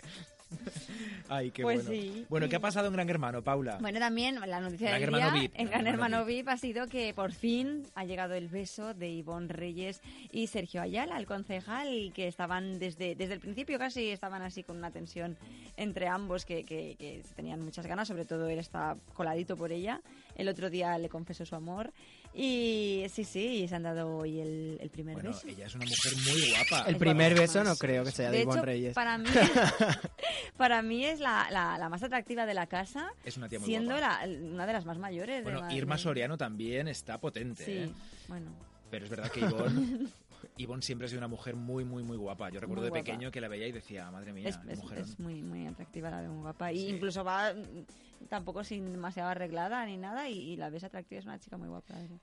Speaker 2: Ay, qué
Speaker 3: Pues
Speaker 2: bueno.
Speaker 3: sí.
Speaker 2: Bueno, ¿qué ha pasado en Gran Hermano, Paula?
Speaker 3: Bueno, también la noticia
Speaker 2: Gran
Speaker 3: del
Speaker 2: Hermano
Speaker 3: día
Speaker 2: VIP,
Speaker 3: en
Speaker 2: Gran
Speaker 3: Gran
Speaker 2: Hermano
Speaker 3: Hermano VIP ha sido que por fin ha llegado el beso de Ivonne Reyes y Sergio Ayala, el concejal, que estaban desde, desde el principio casi estaban así con una tensión entre ambos que, que- que tenían muchas ganas, sobre todo él está coladito por ella. El otro día le confesó su amor y sí, sí, y se han dado hoy el, el primer
Speaker 2: Bueno,
Speaker 3: beso.
Speaker 2: ella es una mujer muy guapa.
Speaker 5: El primer beso no creo que sea de,
Speaker 3: De
Speaker 5: Ivonne
Speaker 3: hecho,
Speaker 5: Reyes.
Speaker 3: para mí, para mí es la, la- la más atractiva de la casa,
Speaker 2: Es una tía muy
Speaker 3: siendo
Speaker 2: guapa.
Speaker 3: la- una de las más mayores. de
Speaker 2: Bueno,
Speaker 3: Madrid.
Speaker 2: Irma Soriano también está potente, ¿eh?
Speaker 3: Sí, bueno.
Speaker 2: Pero es verdad que Ivonne, Ivonne siempre ha sido una mujer muy, muy, muy guapa. Yo recuerdo
Speaker 3: Muy
Speaker 2: de
Speaker 3: guapa.
Speaker 2: pequeño que la veía y decía, madre mía,
Speaker 3: Es,
Speaker 2: qué
Speaker 3: es-
Speaker 2: mujerón.
Speaker 3: es muy, muy atractiva la de un guapa. Y incluso va mm, tampoco sin demasiado arreglada ni nada y, y la ves atractiva, es una chica muy guapa. eh. la verdad.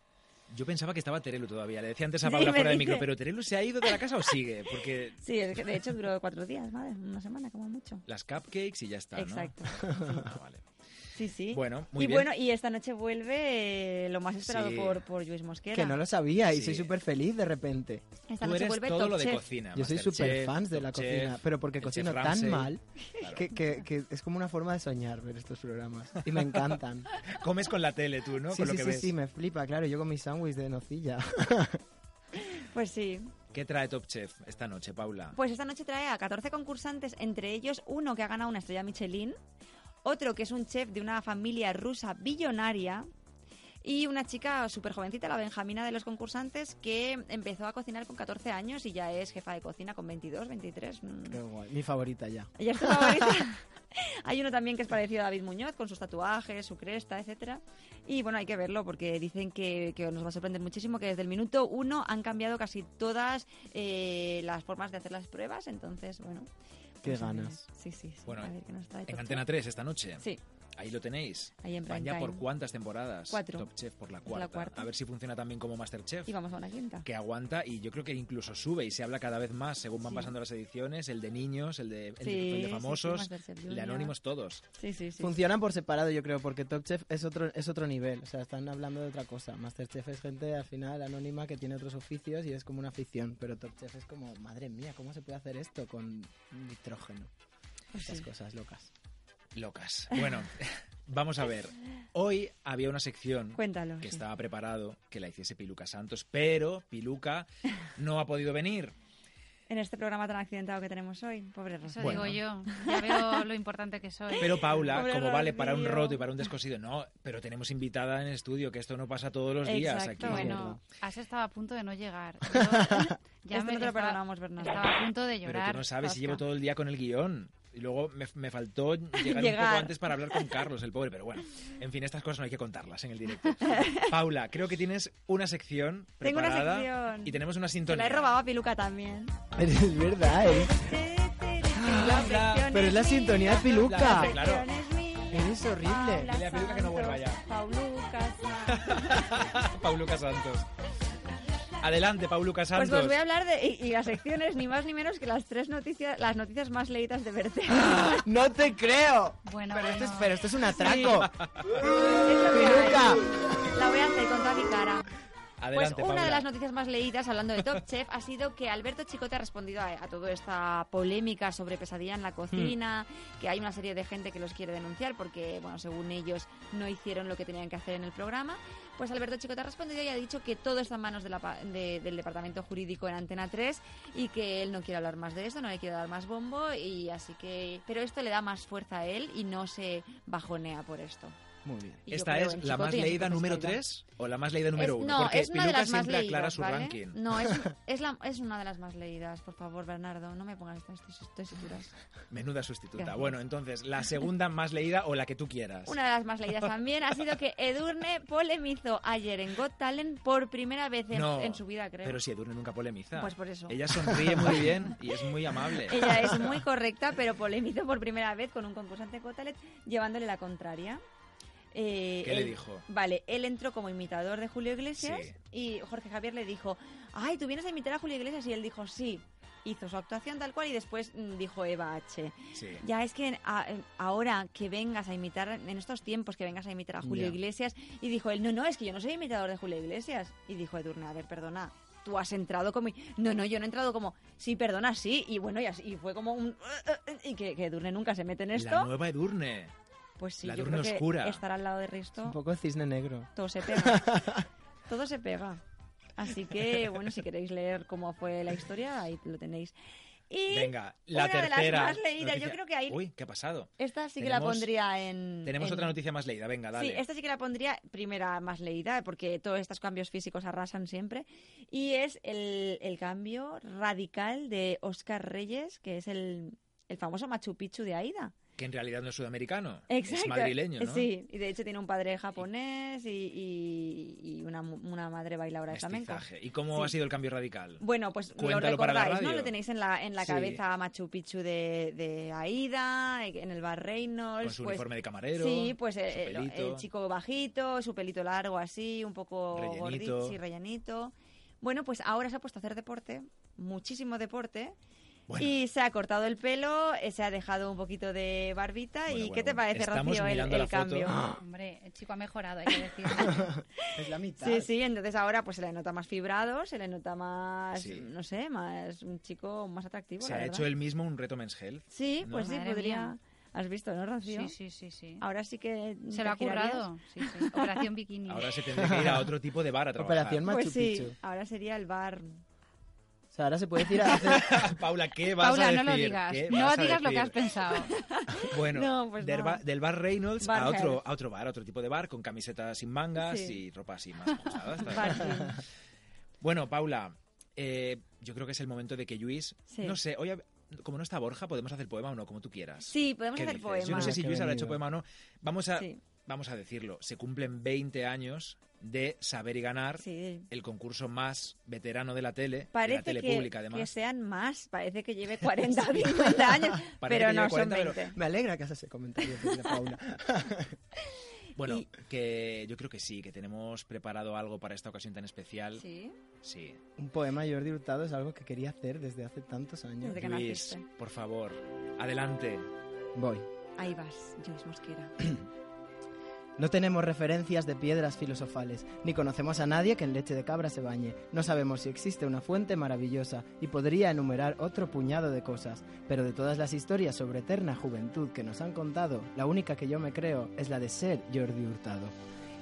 Speaker 2: Yo pensaba que estaba Terelu todavía. Le decía antes a
Speaker 3: Sí,
Speaker 2: Paula
Speaker 3: me
Speaker 2: fuera del
Speaker 3: dice.
Speaker 2: micro, pero Terelu se ha ido de la casa o sigue, porque
Speaker 3: Sí, es que de hecho duró cuatro días, madre, una semana como mucho.
Speaker 2: las cupcakes y ya está, ¿no?
Speaker 3: Exacto.
Speaker 2: Ah, vale.
Speaker 3: Sí, sí.
Speaker 2: Bueno, muy
Speaker 3: y
Speaker 2: bien.
Speaker 3: bueno, y esta noche vuelve eh, lo más esperado
Speaker 2: Sí.
Speaker 3: por, por Luis Mosquera.
Speaker 5: Que no lo sabía y
Speaker 2: Sí.
Speaker 5: soy súper feliz de repente.
Speaker 3: Esta
Speaker 2: Tú
Speaker 3: noche
Speaker 2: eres
Speaker 3: vuelve
Speaker 2: todo
Speaker 3: Top
Speaker 2: lo de
Speaker 3: Chef.
Speaker 2: cocina.
Speaker 5: Yo soy
Speaker 2: Masterchef,
Speaker 5: súper fan de la
Speaker 2: Top
Speaker 5: cocina,
Speaker 2: Chef,
Speaker 5: pero porque
Speaker 2: el chef
Speaker 5: cocino tan
Speaker 2: Ramsay.
Speaker 5: mal
Speaker 2: Claro.
Speaker 5: que, que- que es como una forma de soñar ver estos programas. Y me encantan.
Speaker 2: Comes con la tele tú, ¿no?
Speaker 5: Sí,
Speaker 2: con lo
Speaker 5: sí,
Speaker 2: que
Speaker 5: sí,
Speaker 2: ves.
Speaker 5: sí, me flipa, claro. Yo con mis sándwich de nocilla.
Speaker 3: Pues sí.
Speaker 2: ¿Qué trae Top Chef esta noche, Paula?
Speaker 3: Pues esta noche trae a 14 concursantes, entre ellos uno que ha ganado una estrella Michelin, otro que es un chef de una familia rusa billonaria y una chica súper jovencita, la Benjamina de los concursantes, que empezó a cocinar con 14 años y ya es jefa de cocina con 22, 23. mm.
Speaker 5: Qué guay, Mi favorita ya.
Speaker 3: Ella es tu favorita. Hay uno también que es parecido a David Muñoz, con sus tatuajes, su cresta, etcétera. Y bueno, hay que verlo porque dicen que, que nos va a sorprender muchísimo que desde el minuto uno han cambiado casi todas eh, las formas de hacer las pruebas. Entonces, bueno.
Speaker 5: Qué
Speaker 3: pues a ver.
Speaker 5: ganas.
Speaker 3: Sí, sí, sí.
Speaker 2: Bueno,
Speaker 3: a ver qué nos trae.
Speaker 2: En
Speaker 3: Top
Speaker 2: Antena
Speaker 3: Chef.
Speaker 2: 3 esta noche.
Speaker 3: Pues, Sí.
Speaker 2: Ahí lo tenéis.
Speaker 3: Ahí en
Speaker 2: Van
Speaker 3: prime
Speaker 2: ya por
Speaker 3: time.
Speaker 2: cuántas temporadas.
Speaker 3: Cuatro.
Speaker 2: Top Chef por la
Speaker 3: Por
Speaker 2: cuarta.
Speaker 3: la cuarta.
Speaker 2: A ver si funciona también como Masterchef.
Speaker 3: Y vamos a una quinta.
Speaker 2: Que aguanta y yo creo que incluso sube y se habla cada vez más según van
Speaker 3: Sí.
Speaker 2: pasando las ediciones, el de niños, el de, el de-
Speaker 3: Sí,
Speaker 2: el de
Speaker 3: sí, sí,
Speaker 2: famosos,
Speaker 3: Masterchef
Speaker 2: el de
Speaker 3: Junior.
Speaker 2: anónimos, todos.
Speaker 3: Sí, sí, sí.
Speaker 5: Funcionan por separado, yo creo, porque Top Chef es otro, es otro nivel. O sea, están hablando de otra cosa. Masterchef es gente al final anónima que tiene otros oficios y es como una afición. Pero Top Chef es como, madre mía, ¿cómo se puede hacer esto con nitrógeno?
Speaker 3: Pues
Speaker 5: Esas
Speaker 3: sí.
Speaker 5: cosas locas.
Speaker 2: Locas. Bueno, vamos a ver. Hoy había una sección
Speaker 3: Cuéntalo.
Speaker 2: que
Speaker 3: Pues, sí.
Speaker 2: estaba preparado que la hiciese Piluca Santos, pero Piluca no ha podido venir.
Speaker 3: En este programa tan accidentado que tenemos hoy, pobre
Speaker 6: Eso
Speaker 3: Rosa.
Speaker 2: Bueno.
Speaker 6: digo yo. Ya veo lo importante que soy.
Speaker 2: Pero Paula,
Speaker 3: Pobre
Speaker 2: como vale para un
Speaker 3: Rocío.
Speaker 2: roto y para un descosido, no, pero tenemos invitada en el estudio, que esto no pasa todos los días
Speaker 3: Exacto,
Speaker 2: aquí.
Speaker 6: bueno, has estado a punto de no llegar. Yo- ya
Speaker 3: Esto no te lo
Speaker 6: estaba-
Speaker 3: perdonamos, Bernardo.
Speaker 6: Estaba a punto de llorar.
Speaker 2: Pero tú no sabes si llevo
Speaker 6: Oscar.
Speaker 2: todo el día con el guión. Y luego me, me faltó llegar, un poco
Speaker 3: Llegar.
Speaker 2: antes para hablar con Carlos, el pobre, pero bueno. En fin, estas cosas no hay que contarlas en el directo. Paula, creo que tienes una sección
Speaker 3: Tengo una
Speaker 2: preparada
Speaker 3: sección.
Speaker 2: y tenemos una
Speaker 3: Se
Speaker 2: sintonía.
Speaker 3: la he robado a Piluca también.
Speaker 5: Es verdad, ¿eh?
Speaker 3: La
Speaker 2: Ah,
Speaker 3: sección
Speaker 5: Pero es la sintonía de Piluca.
Speaker 2: Claro, claro.
Speaker 5: Eres horrible.
Speaker 2: Dile a Piluca que no vuelva ya.
Speaker 3: Paulucas.
Speaker 2: Pauluca Santos. Adelante, Pauluca Santos.
Speaker 3: Pues os voy a hablar de y, y las secciones ni más ni menos que las tres noticias, las noticias más leídas de Verte.
Speaker 2: Ah,
Speaker 5: ¡No te creo!
Speaker 6: Bueno,
Speaker 5: Pero esto es,
Speaker 6: bueno.
Speaker 5: pero esto es un atraco.
Speaker 3: Es lo que hay.
Speaker 5: ¡Piluca!
Speaker 3: La voy a hacer con toda mi cara.
Speaker 2: Adelante,
Speaker 3: pues una
Speaker 2: Paula.
Speaker 3: de las noticias más leídas hablando de Top Chef ha sido que Alberto Chicote ha respondido a, a toda esta polémica sobre pesadilla en
Speaker 2: Mm.
Speaker 3: la cocina, que hay una serie de gente que los quiere denunciar porque, bueno, según ellos no hicieron lo que tenían que hacer en el programa. Pues Alberto Chicote ha respondido y ha dicho que todo está en manos de la pa- de- del Departamento Jurídico en Antena 3 y que él no quiere hablar más de esto, no le quiere dar más bombo y así que... Pero esto le da más fuerza a él y no se bajonea por esto.
Speaker 2: Muy bien.
Speaker 3: Y yo
Speaker 2: ¿Esta
Speaker 3: creo
Speaker 2: es
Speaker 3: en
Speaker 2: la
Speaker 3: Chicote
Speaker 2: más
Speaker 3: y en
Speaker 2: leída
Speaker 3: su
Speaker 2: número
Speaker 3: personalidad.
Speaker 2: 3 o la más leída número
Speaker 3: Es-
Speaker 2: 1?
Speaker 3: no,
Speaker 2: Porque
Speaker 3: es una de
Speaker 2: Spiluca
Speaker 3: las más
Speaker 2: siempre
Speaker 3: leídas.
Speaker 2: aclara su
Speaker 3: ¿vale? Mm.
Speaker 2: ranking.
Speaker 3: No, es, es, la- es una de las más leídas. Por favor, Bernardo, no me pongas estas tes- tesituras.
Speaker 2: Menuda sustituta.
Speaker 3: Gracias.
Speaker 2: Bueno, entonces, la segunda más leída o la que tú quieras.
Speaker 3: Una de las más leídas también ha sido que Edurne polemizó ayer en Got Talent por primera vez en,
Speaker 2: No,
Speaker 3: en su vida, creo.
Speaker 2: Pero si Edurne nunca polemiza.
Speaker 3: Pues por eso.
Speaker 2: Ella sonríe muy bien y es muy amable.
Speaker 3: Ella es muy correcta, pero polemizó por primera vez con un concursante Got Talent llevándole la contraria. Eh,
Speaker 2: ¿Qué le
Speaker 3: él-
Speaker 2: dijo?
Speaker 3: Vale, él entró como imitador de Julio Iglesias
Speaker 2: Sí.
Speaker 3: y Jorge Javier le dijo, ay, tú vienes a imitar a Julio Iglesias y él dijo, sí. Hizo su actuación tal cual y después mm, dijo Eva H.
Speaker 2: Sí.
Speaker 3: Ya es que a- ahora que vengas a imitar, en estos tiempos que vengas a imitar a Julio
Speaker 2: Ya.
Speaker 3: Iglesias, y dijo él, no, no, es que yo no soy imitador de Julio Iglesias. Y dijo Edurne, a ver, perdona, tú has entrado como... No, no, yo no he entrado como... Sí, perdona, sí. Y bueno, y, así- y fue como un... eh, Y que, que Edurne nunca se mete en esto.
Speaker 2: La nueva Edurne.
Speaker 3: Pues sí,
Speaker 2: la
Speaker 3: yo
Speaker 2: Edurne
Speaker 3: creo que
Speaker 2: oscura.
Speaker 3: estar al lado de Risto,
Speaker 5: Un poco cisne negro.
Speaker 3: todo se pega. todo se pega. Así que, bueno, si queréis leer cómo fue la historia, ahí lo tenéis. Y
Speaker 2: Venga, la
Speaker 3: una
Speaker 2: tercera.
Speaker 3: de las más leídas, yo
Speaker 2: noticia.
Speaker 3: creo que ahí...
Speaker 2: Uy, ¿qué ha pasado?
Speaker 3: Esta sí que la
Speaker 2: Tenemos-
Speaker 3: pondría en...
Speaker 2: Tenemos
Speaker 3: en-
Speaker 2: otra noticia más leída. Venga, dale.
Speaker 3: Sí, esta sí que la pondría primera más leída, porque todos estos cambios físicos arrasan siempre. Y es el, el cambio radical de Oscar Reyes, que es el, el famoso Machu Picchu de Aida.
Speaker 2: Que en realidad no es sudamericano.
Speaker 3: Exacto.
Speaker 2: Es madrileño, ¿no?
Speaker 3: Sí, y de hecho tiene un padre japonés y, y- y una, mu- una madre bailadora de flamenco.
Speaker 2: Mestizaje. ¿Y cómo
Speaker 3: Sí.
Speaker 2: ha sido el cambio radical?
Speaker 3: Bueno, pues lo
Speaker 2: Cuéntalo para la
Speaker 3: recordáis, ¿no?
Speaker 2: radio.
Speaker 3: Lo tenéis en la, en la
Speaker 2: Sí.
Speaker 3: cabeza Machu Picchu de, de Aida, en el bar Reynolds.
Speaker 2: Con su
Speaker 3: pues-
Speaker 2: uniforme de camarero,
Speaker 3: Sí, pues eh,
Speaker 2: su
Speaker 3: eh, lo- el,
Speaker 2: pelito.
Speaker 3: chico bajito, su pelito largo así, un poco
Speaker 2: Rellenito.
Speaker 3: gordito, sí, rellenito. Bueno, pues ahora se ha puesto a hacer deporte, muchísimo deporte.
Speaker 2: Bueno.
Speaker 3: Y se ha cortado el pelo, eh, se ha dejado un poquito de barbita. ¿Y
Speaker 2: Bueno,
Speaker 3: qué
Speaker 2: bueno,
Speaker 3: te parece,
Speaker 2: estamos
Speaker 3: Rocío, el,
Speaker 2: mirando
Speaker 3: el
Speaker 2: la foto.
Speaker 3: cambio?
Speaker 2: ¡Ah!
Speaker 6: Hombre, el chico ha mejorado, hay que decirlo.
Speaker 5: Es la mitad.
Speaker 3: Sí, sí, entonces ahora pues se le nota más fibrado, se le nota más,
Speaker 2: Sí.
Speaker 3: no sé, más un chico más atractivo.
Speaker 2: Se
Speaker 3: la
Speaker 2: ha
Speaker 3: verdad.
Speaker 2: hecho él mismo un reto Men's Health.
Speaker 3: Sí,
Speaker 2: ¿no?
Speaker 3: pues sí,
Speaker 6: Madre
Speaker 3: podría.
Speaker 6: mía.
Speaker 3: ¿Has visto, no, Rocío?
Speaker 6: Sí, sí, sí, sí.
Speaker 3: Ahora sí que.
Speaker 6: Se lo
Speaker 3: te
Speaker 6: ha
Speaker 3: girarías.
Speaker 6: currado. Sí, sí. Operación Bikini.
Speaker 2: Ahora se tendría que ir a otro tipo de bar a trabajar.
Speaker 5: Operación Machu
Speaker 3: Pues sí,
Speaker 5: Picchu.
Speaker 3: ahora sería el bar.
Speaker 5: O sea, ahora se puede decir a hacer...
Speaker 2: Paula, ¿qué vas a
Speaker 6: Paula,
Speaker 2: decir?
Speaker 6: no lo digas.
Speaker 2: ¿Qué
Speaker 6: No
Speaker 2: vas a
Speaker 6: digas lo que
Speaker 2: decir?
Speaker 6: has pensado.
Speaker 2: Bueno,
Speaker 3: No, pues
Speaker 2: del,
Speaker 3: no.
Speaker 2: ba- del bar Reynolds
Speaker 3: Bar
Speaker 2: a, otro,
Speaker 3: Health.
Speaker 2: a otro bar, a otro tipo de bar, con camisetas sin mangas
Speaker 3: Sí.
Speaker 2: y ropa así más ajustada. está
Speaker 3: Bar
Speaker 2: bien. bueno, Paula, eh, yo creo que es el momento de que Luis...
Speaker 3: Sí.
Speaker 2: No sé, hoy... hab- Como no está Borja, podemos hacer poema o no, como tú quieras.
Speaker 3: Sí, podemos
Speaker 2: ¿Qué
Speaker 3: hacer
Speaker 2: dices? Yo no
Speaker 3: poemas.
Speaker 2: sé si
Speaker 5: Qué
Speaker 2: Luis habrá
Speaker 5: venido.
Speaker 2: hecho poema o no. Vamos a,
Speaker 3: Sí.
Speaker 2: vamos a decirlo. Se cumplen 20 años de Saber y Ganar,
Speaker 3: Sí.
Speaker 2: el concurso más veterano de la tele, de la
Speaker 3: Parece
Speaker 2: tele
Speaker 3: que,
Speaker 2: pública además.
Speaker 3: que sean más, parece que lleve 40 o 50 años, pero
Speaker 2: que lleve
Speaker 3: no son
Speaker 2: 40, pero-
Speaker 3: 20.
Speaker 5: Me alegra que hagas ese comentario, de Paula.
Speaker 2: Bueno,
Speaker 3: y-
Speaker 2: que yo creo que sí, que tenemos preparado algo para esta ocasión tan especial.
Speaker 3: Sí,
Speaker 2: Sí.
Speaker 5: Un poema a Jordi Hurtado es algo que quería hacer desde hace tantos años.
Speaker 3: Desde que
Speaker 2: Luis,
Speaker 3: naciste.
Speaker 2: por favor, adelante.
Speaker 5: Voy.
Speaker 3: ahí vas, Luis Mosquera.
Speaker 5: No tenemos referencias de piedras filosofales, ni conocemos a nadie que en leche de cabra se bañe. No sabemos si existe una fuente maravillosa y podría enumerar otro puñado de cosas. Pero de todas las historias sobre eterna juventud que nos han contado, la única que yo me creo es la de ser Jordi Hurtado.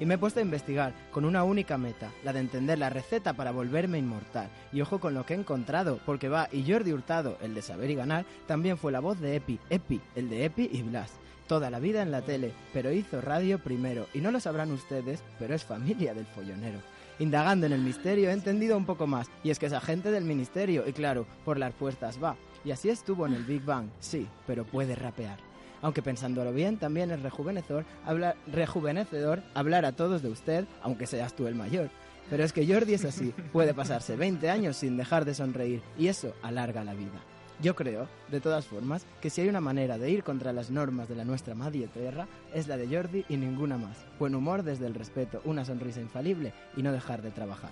Speaker 5: Y me he puesto a investigar con una única meta, la de entender la receta para volverme inmortal. Y ojo con lo que he encontrado, porque va y Jordi Hurtado, el de saber y ganar, también fue la voz de Epi, Epi, el de Epi y Blas. Toda la vida en la tele, pero hizo radio primero. Y no lo sabrán ustedes, pero es familia del follonero. Indagando en el misterio he entendido un poco más, y es que es agente del ministerio, y claro, por las puertas va. Y así estuvo en el Big Bang, sí, pero puede rapear. Aunque pensándolo bien, también es rejuvenecedor hablar, rejuvenecedor hablar a todos de usted, aunque seas tú el mayor. Pero es que Jordi es así, puede pasarse 20 años sin dejar de sonreír, y eso alarga la vida. Yo creo, de todas formas, que si hay una manera de ir contra las normas de la nuestra madre tierra, es la de Jordi y ninguna más. Buen humor desde el respeto, una sonrisa infalible y no dejar de trabajar.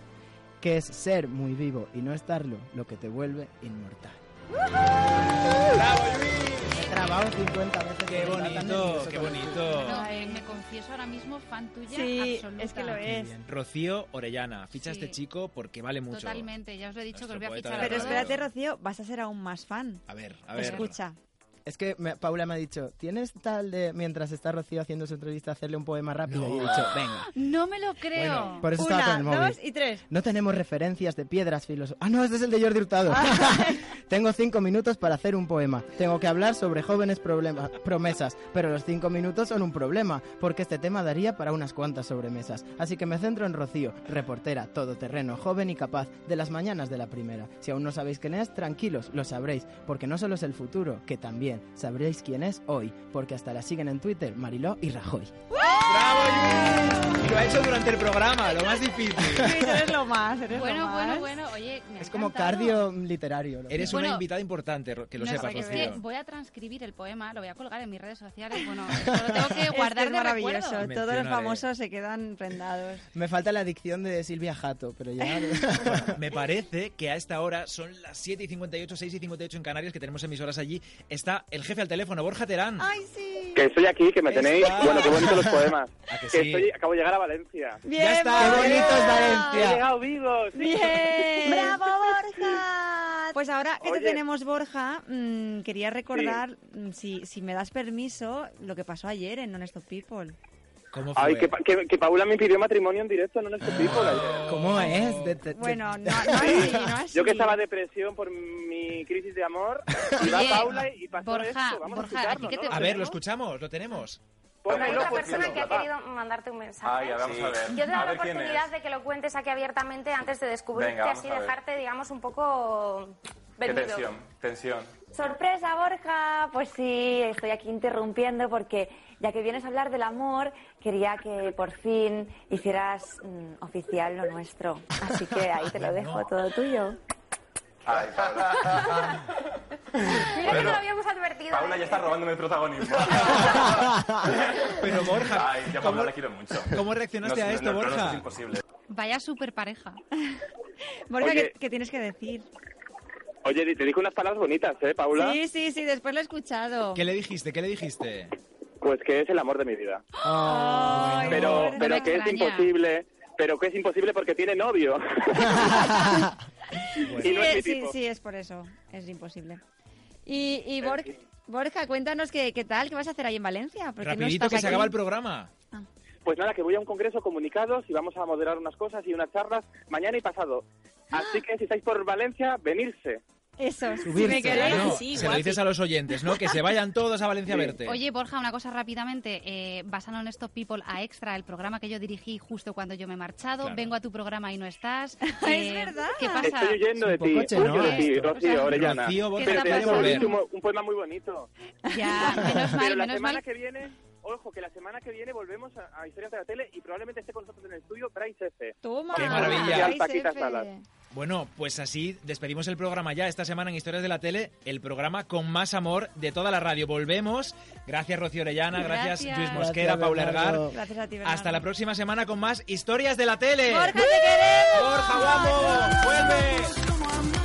Speaker 5: Que es ser muy vivo y no estarlo lo que te vuelve inmortal. He trabado 50 veces.
Speaker 2: ¡Qué
Speaker 5: con el plátano y
Speaker 2: bonito!
Speaker 5: eso
Speaker 2: ¡Qué
Speaker 5: con el-
Speaker 2: bonito!
Speaker 6: No, eh, me confío. Rocío es ahora mismo fan tuya
Speaker 3: Sí,
Speaker 6: absoluta.
Speaker 3: es que lo es.
Speaker 2: Rocío Orellana, ficha
Speaker 6: Sí.
Speaker 2: a este chico porque vale mucho.
Speaker 6: Totalmente, ya os lo he dicho
Speaker 2: Nuestro
Speaker 6: que os voy a
Speaker 2: poeta de
Speaker 6: fichar a
Speaker 2: la
Speaker 3: Pero
Speaker 6: todos.
Speaker 2: radio.
Speaker 3: espérate, Rocío, vas a ser aún más fan.
Speaker 2: A ver, a ver.
Speaker 3: Escucha.
Speaker 5: Es que me- Paula me ha dicho, ¿tienes tal de mientras está Rocío haciendo su entrevista hacerle un poema rápido? Y he dicho, venga.
Speaker 6: No me lo creo.
Speaker 5: Bueno, por eso
Speaker 3: Una,
Speaker 5: estaba con el móvil.
Speaker 3: dos y tres.
Speaker 5: No tenemos referencias de piedras filosóficas. Ah, no, este es el de Jordi Hurtado. Tengo cinco minutos para hacer un poema. Tengo que hablar sobre jóvenes problema- promesas, pero los cinco minutos son un problema, porque este tema daría para unas cuantas sobremesas. Así que me centro en Rocío, reportera, todoterreno, joven y capaz, de las mañanas de la primera. Si aún no sabéis quién es, tranquilos, lo sabréis, porque no solo es el futuro, que también sabréis quién es hoy, porque hasta la siguen en Twitter Mariló y Rajoy.
Speaker 2: Y lo ha hecho durante el programa, lo más difícil.
Speaker 3: Sí, eres lo más, eres
Speaker 6: Bueno,
Speaker 3: lo más.
Speaker 6: bueno, bueno, oye, me ha
Speaker 5: Es como
Speaker 6: encantado.
Speaker 5: cardio literario. lo que-
Speaker 2: Eres
Speaker 6: Bueno,
Speaker 2: una invitada importante, Ro- que lo
Speaker 6: No
Speaker 2: sepas,
Speaker 6: sé, es
Speaker 2: Rocío.
Speaker 6: que voy a transcribir el poema, lo voy a colgar en mis redes sociales. Bueno, esto lo tengo que
Speaker 3: Este Es que
Speaker 6: guardar
Speaker 3: es
Speaker 6: de
Speaker 3: maravilloso.
Speaker 6: recuerdo.
Speaker 3: Todos los
Speaker 2: Mencionaré.
Speaker 3: famosos se quedan prendados.
Speaker 5: Me falta la adicción de Silvia Jato, pero ya.
Speaker 2: Me parece que a esta hora son las 7 y 58, 6 y 58 en Canarias, que tenemos emisoras allí. Está el jefe al teléfono, Borja Terán.
Speaker 3: ¡Ay, sí!
Speaker 1: Que estoy aquí, que me tenéis.
Speaker 2: Está.
Speaker 1: Bueno, qué bonitos los poemas.
Speaker 2: ¿A que
Speaker 1: Que
Speaker 2: sí?
Speaker 1: estoy, acabo de llegar a Valencia.
Speaker 3: ¡Bien,
Speaker 2: Ya está,
Speaker 3: Borja!
Speaker 5: ¡Qué bonito es
Speaker 1: He
Speaker 5: Valencia!
Speaker 1: llegado vivo. sí.
Speaker 3: ¡Bien! ¡Bravo, Borja! Pues ahora que
Speaker 1: Oye.
Speaker 3: te tenemos, Borja, mm, quería recordar, mm, si, si me das permiso, lo que pasó ayer en Non Stop People.
Speaker 2: ¿Cómo fue?
Speaker 1: Ay, que, pa- que, que Paula me pidió matrimonio en directo, no
Speaker 2: Ah,
Speaker 1: en este tipo. la idea.
Speaker 5: ¿Cómo es? De- de- de-
Speaker 3: Bueno, no, no así, no así.
Speaker 1: Yo que estaba depresión por mi crisis de amor, y va
Speaker 6: Oye,
Speaker 1: Paula y pasó
Speaker 6: Borja,
Speaker 1: esto. Vamos
Speaker 6: Borja,
Speaker 1: a escucharlo,
Speaker 6: aquí que te-
Speaker 1: ¿no?
Speaker 2: A ver, lo escuchamos, lo tenemos.
Speaker 1: Pónmelo,
Speaker 10: otra
Speaker 1: por
Speaker 3: pues
Speaker 10: persona
Speaker 1: favor,
Speaker 10: que ha
Speaker 1: va.
Speaker 10: querido mandarte un mensaje.
Speaker 11: Ay, a- vamos a ver.
Speaker 10: Yo te doy
Speaker 11: A
Speaker 10: la
Speaker 11: ver quién
Speaker 10: oportunidad
Speaker 11: es.
Speaker 10: de que lo cuentes aquí abiertamente antes de descubrirte,
Speaker 11: Venga, vamos
Speaker 10: así
Speaker 11: a ver.
Speaker 10: dejarte, digamos, un poco
Speaker 11: Qué
Speaker 10: vendido.
Speaker 11: tensión, tensión.
Speaker 10: Sorpresa, Borja. Pues sí, estoy aquí interrumpiendo porque ya que vienes a hablar del amor, quería que por fin hicieras mm, oficial lo nuestro. Así que ahí te lo dejo todo tuyo.
Speaker 11: Ay, Paula.
Speaker 10: Mira que te lo habíamos advertido.
Speaker 11: Paula ya está robándome el protagonismo.
Speaker 2: Pero Borja,
Speaker 11: Ay, yo a Paula la quiero mucho.
Speaker 2: ¿cómo reaccionaste
Speaker 11: No,
Speaker 2: a
Speaker 11: no,
Speaker 2: esto,
Speaker 11: no, no, no,
Speaker 2: Borja?
Speaker 11: es imposible.
Speaker 10: ¿eh?
Speaker 6: Vaya super pareja.
Speaker 3: Borja,
Speaker 1: Oye.
Speaker 3: ¿qué, qué tienes que decir?
Speaker 1: Oye, te dijo unas palabras bonitas, ¿eh, Paula?
Speaker 3: Sí, sí, sí, después lo he escuchado.
Speaker 2: ¿Qué le dijiste? ¿Qué le dijiste?
Speaker 1: Pues que es el amor de mi vida.
Speaker 3: Ay,
Speaker 1: Pero,
Speaker 3: Borja.
Speaker 1: pero
Speaker 6: me
Speaker 1: que es
Speaker 6: extraña.
Speaker 1: imposible, pero que es imposible porque tiene novio.
Speaker 3: Sí,
Speaker 1: y no es mi
Speaker 3: sí,
Speaker 1: tipo.
Speaker 3: sí, es por eso. Es imposible. Y, y Bor- Borja, cuéntanos qué, qué tal, qué vas a hacer ahí en Valencia. Porque no
Speaker 2: Rapidito
Speaker 3: estás
Speaker 2: que se
Speaker 3: aquí.
Speaker 2: acaba el programa.
Speaker 1: Pues nada, que voy a un congreso comunicados y vamos a moderar unas cosas y unas charlas mañana y pasado. Así que si estáis por Valencia, venirse.
Speaker 3: Eso, si
Speaker 5: Subirse.
Speaker 3: me queréis.
Speaker 2: No,
Speaker 5: sí,
Speaker 2: se lo dices a los oyentes, ¿no? Que se vayan todos a Valencia a verte.
Speaker 6: Oye, Borja, una cosa rápidamente. Eh, vas a Non Stop People a Extra, el programa que yo dirigí justo cuando yo me he marchado.
Speaker 2: Claro.
Speaker 6: Vengo a tu programa y no estás. Eh,
Speaker 3: verdad.
Speaker 6: ¿Qué pasa?
Speaker 1: Estoy huyendo
Speaker 5: Es
Speaker 1: de
Speaker 5: un
Speaker 1: ti,
Speaker 5: poco
Speaker 1: huyo
Speaker 5: chenoa
Speaker 1: de ti,
Speaker 5: esto.
Speaker 1: Rocío,
Speaker 6: O sea,
Speaker 1: Orellana.
Speaker 2: Rocío, Borja,
Speaker 1: Pero
Speaker 6: está
Speaker 1: te
Speaker 6: pasando?
Speaker 1: dejo
Speaker 2: volver.
Speaker 1: un, un poema muy bonito.
Speaker 6: Ya, menos mal,
Speaker 1: Pero la
Speaker 6: menos
Speaker 1: semana
Speaker 6: mal.
Speaker 1: que viene, ojo, que la semana que viene volvemos a, a Historias de la Tele y probablemente esté con nosotros en el estudio Bryce F.
Speaker 3: Toma.
Speaker 2: Qué maravilla.
Speaker 1: Y al
Speaker 3: Ay,
Speaker 1: Paquita
Speaker 3: Sefe.
Speaker 1: Salas.
Speaker 2: Bueno, pues así despedimos el programa ya esta semana en Historias de la Tele, el programa con más amor de toda la radio. Volvemos. Gracias Rocío Orellana, gracias,
Speaker 6: Gracias.
Speaker 2: Luis Mosquera,
Speaker 5: Gracias,
Speaker 2: Paula
Speaker 5: Bernardo.
Speaker 2: Ergar.
Speaker 3: Gracias a ti, Bernardo.
Speaker 2: Hasta la próxima semana con más Historias de la Tele.
Speaker 3: Borja, te queremos.
Speaker 2: Borja, guapo, vuelve.
Speaker 8: Como amar.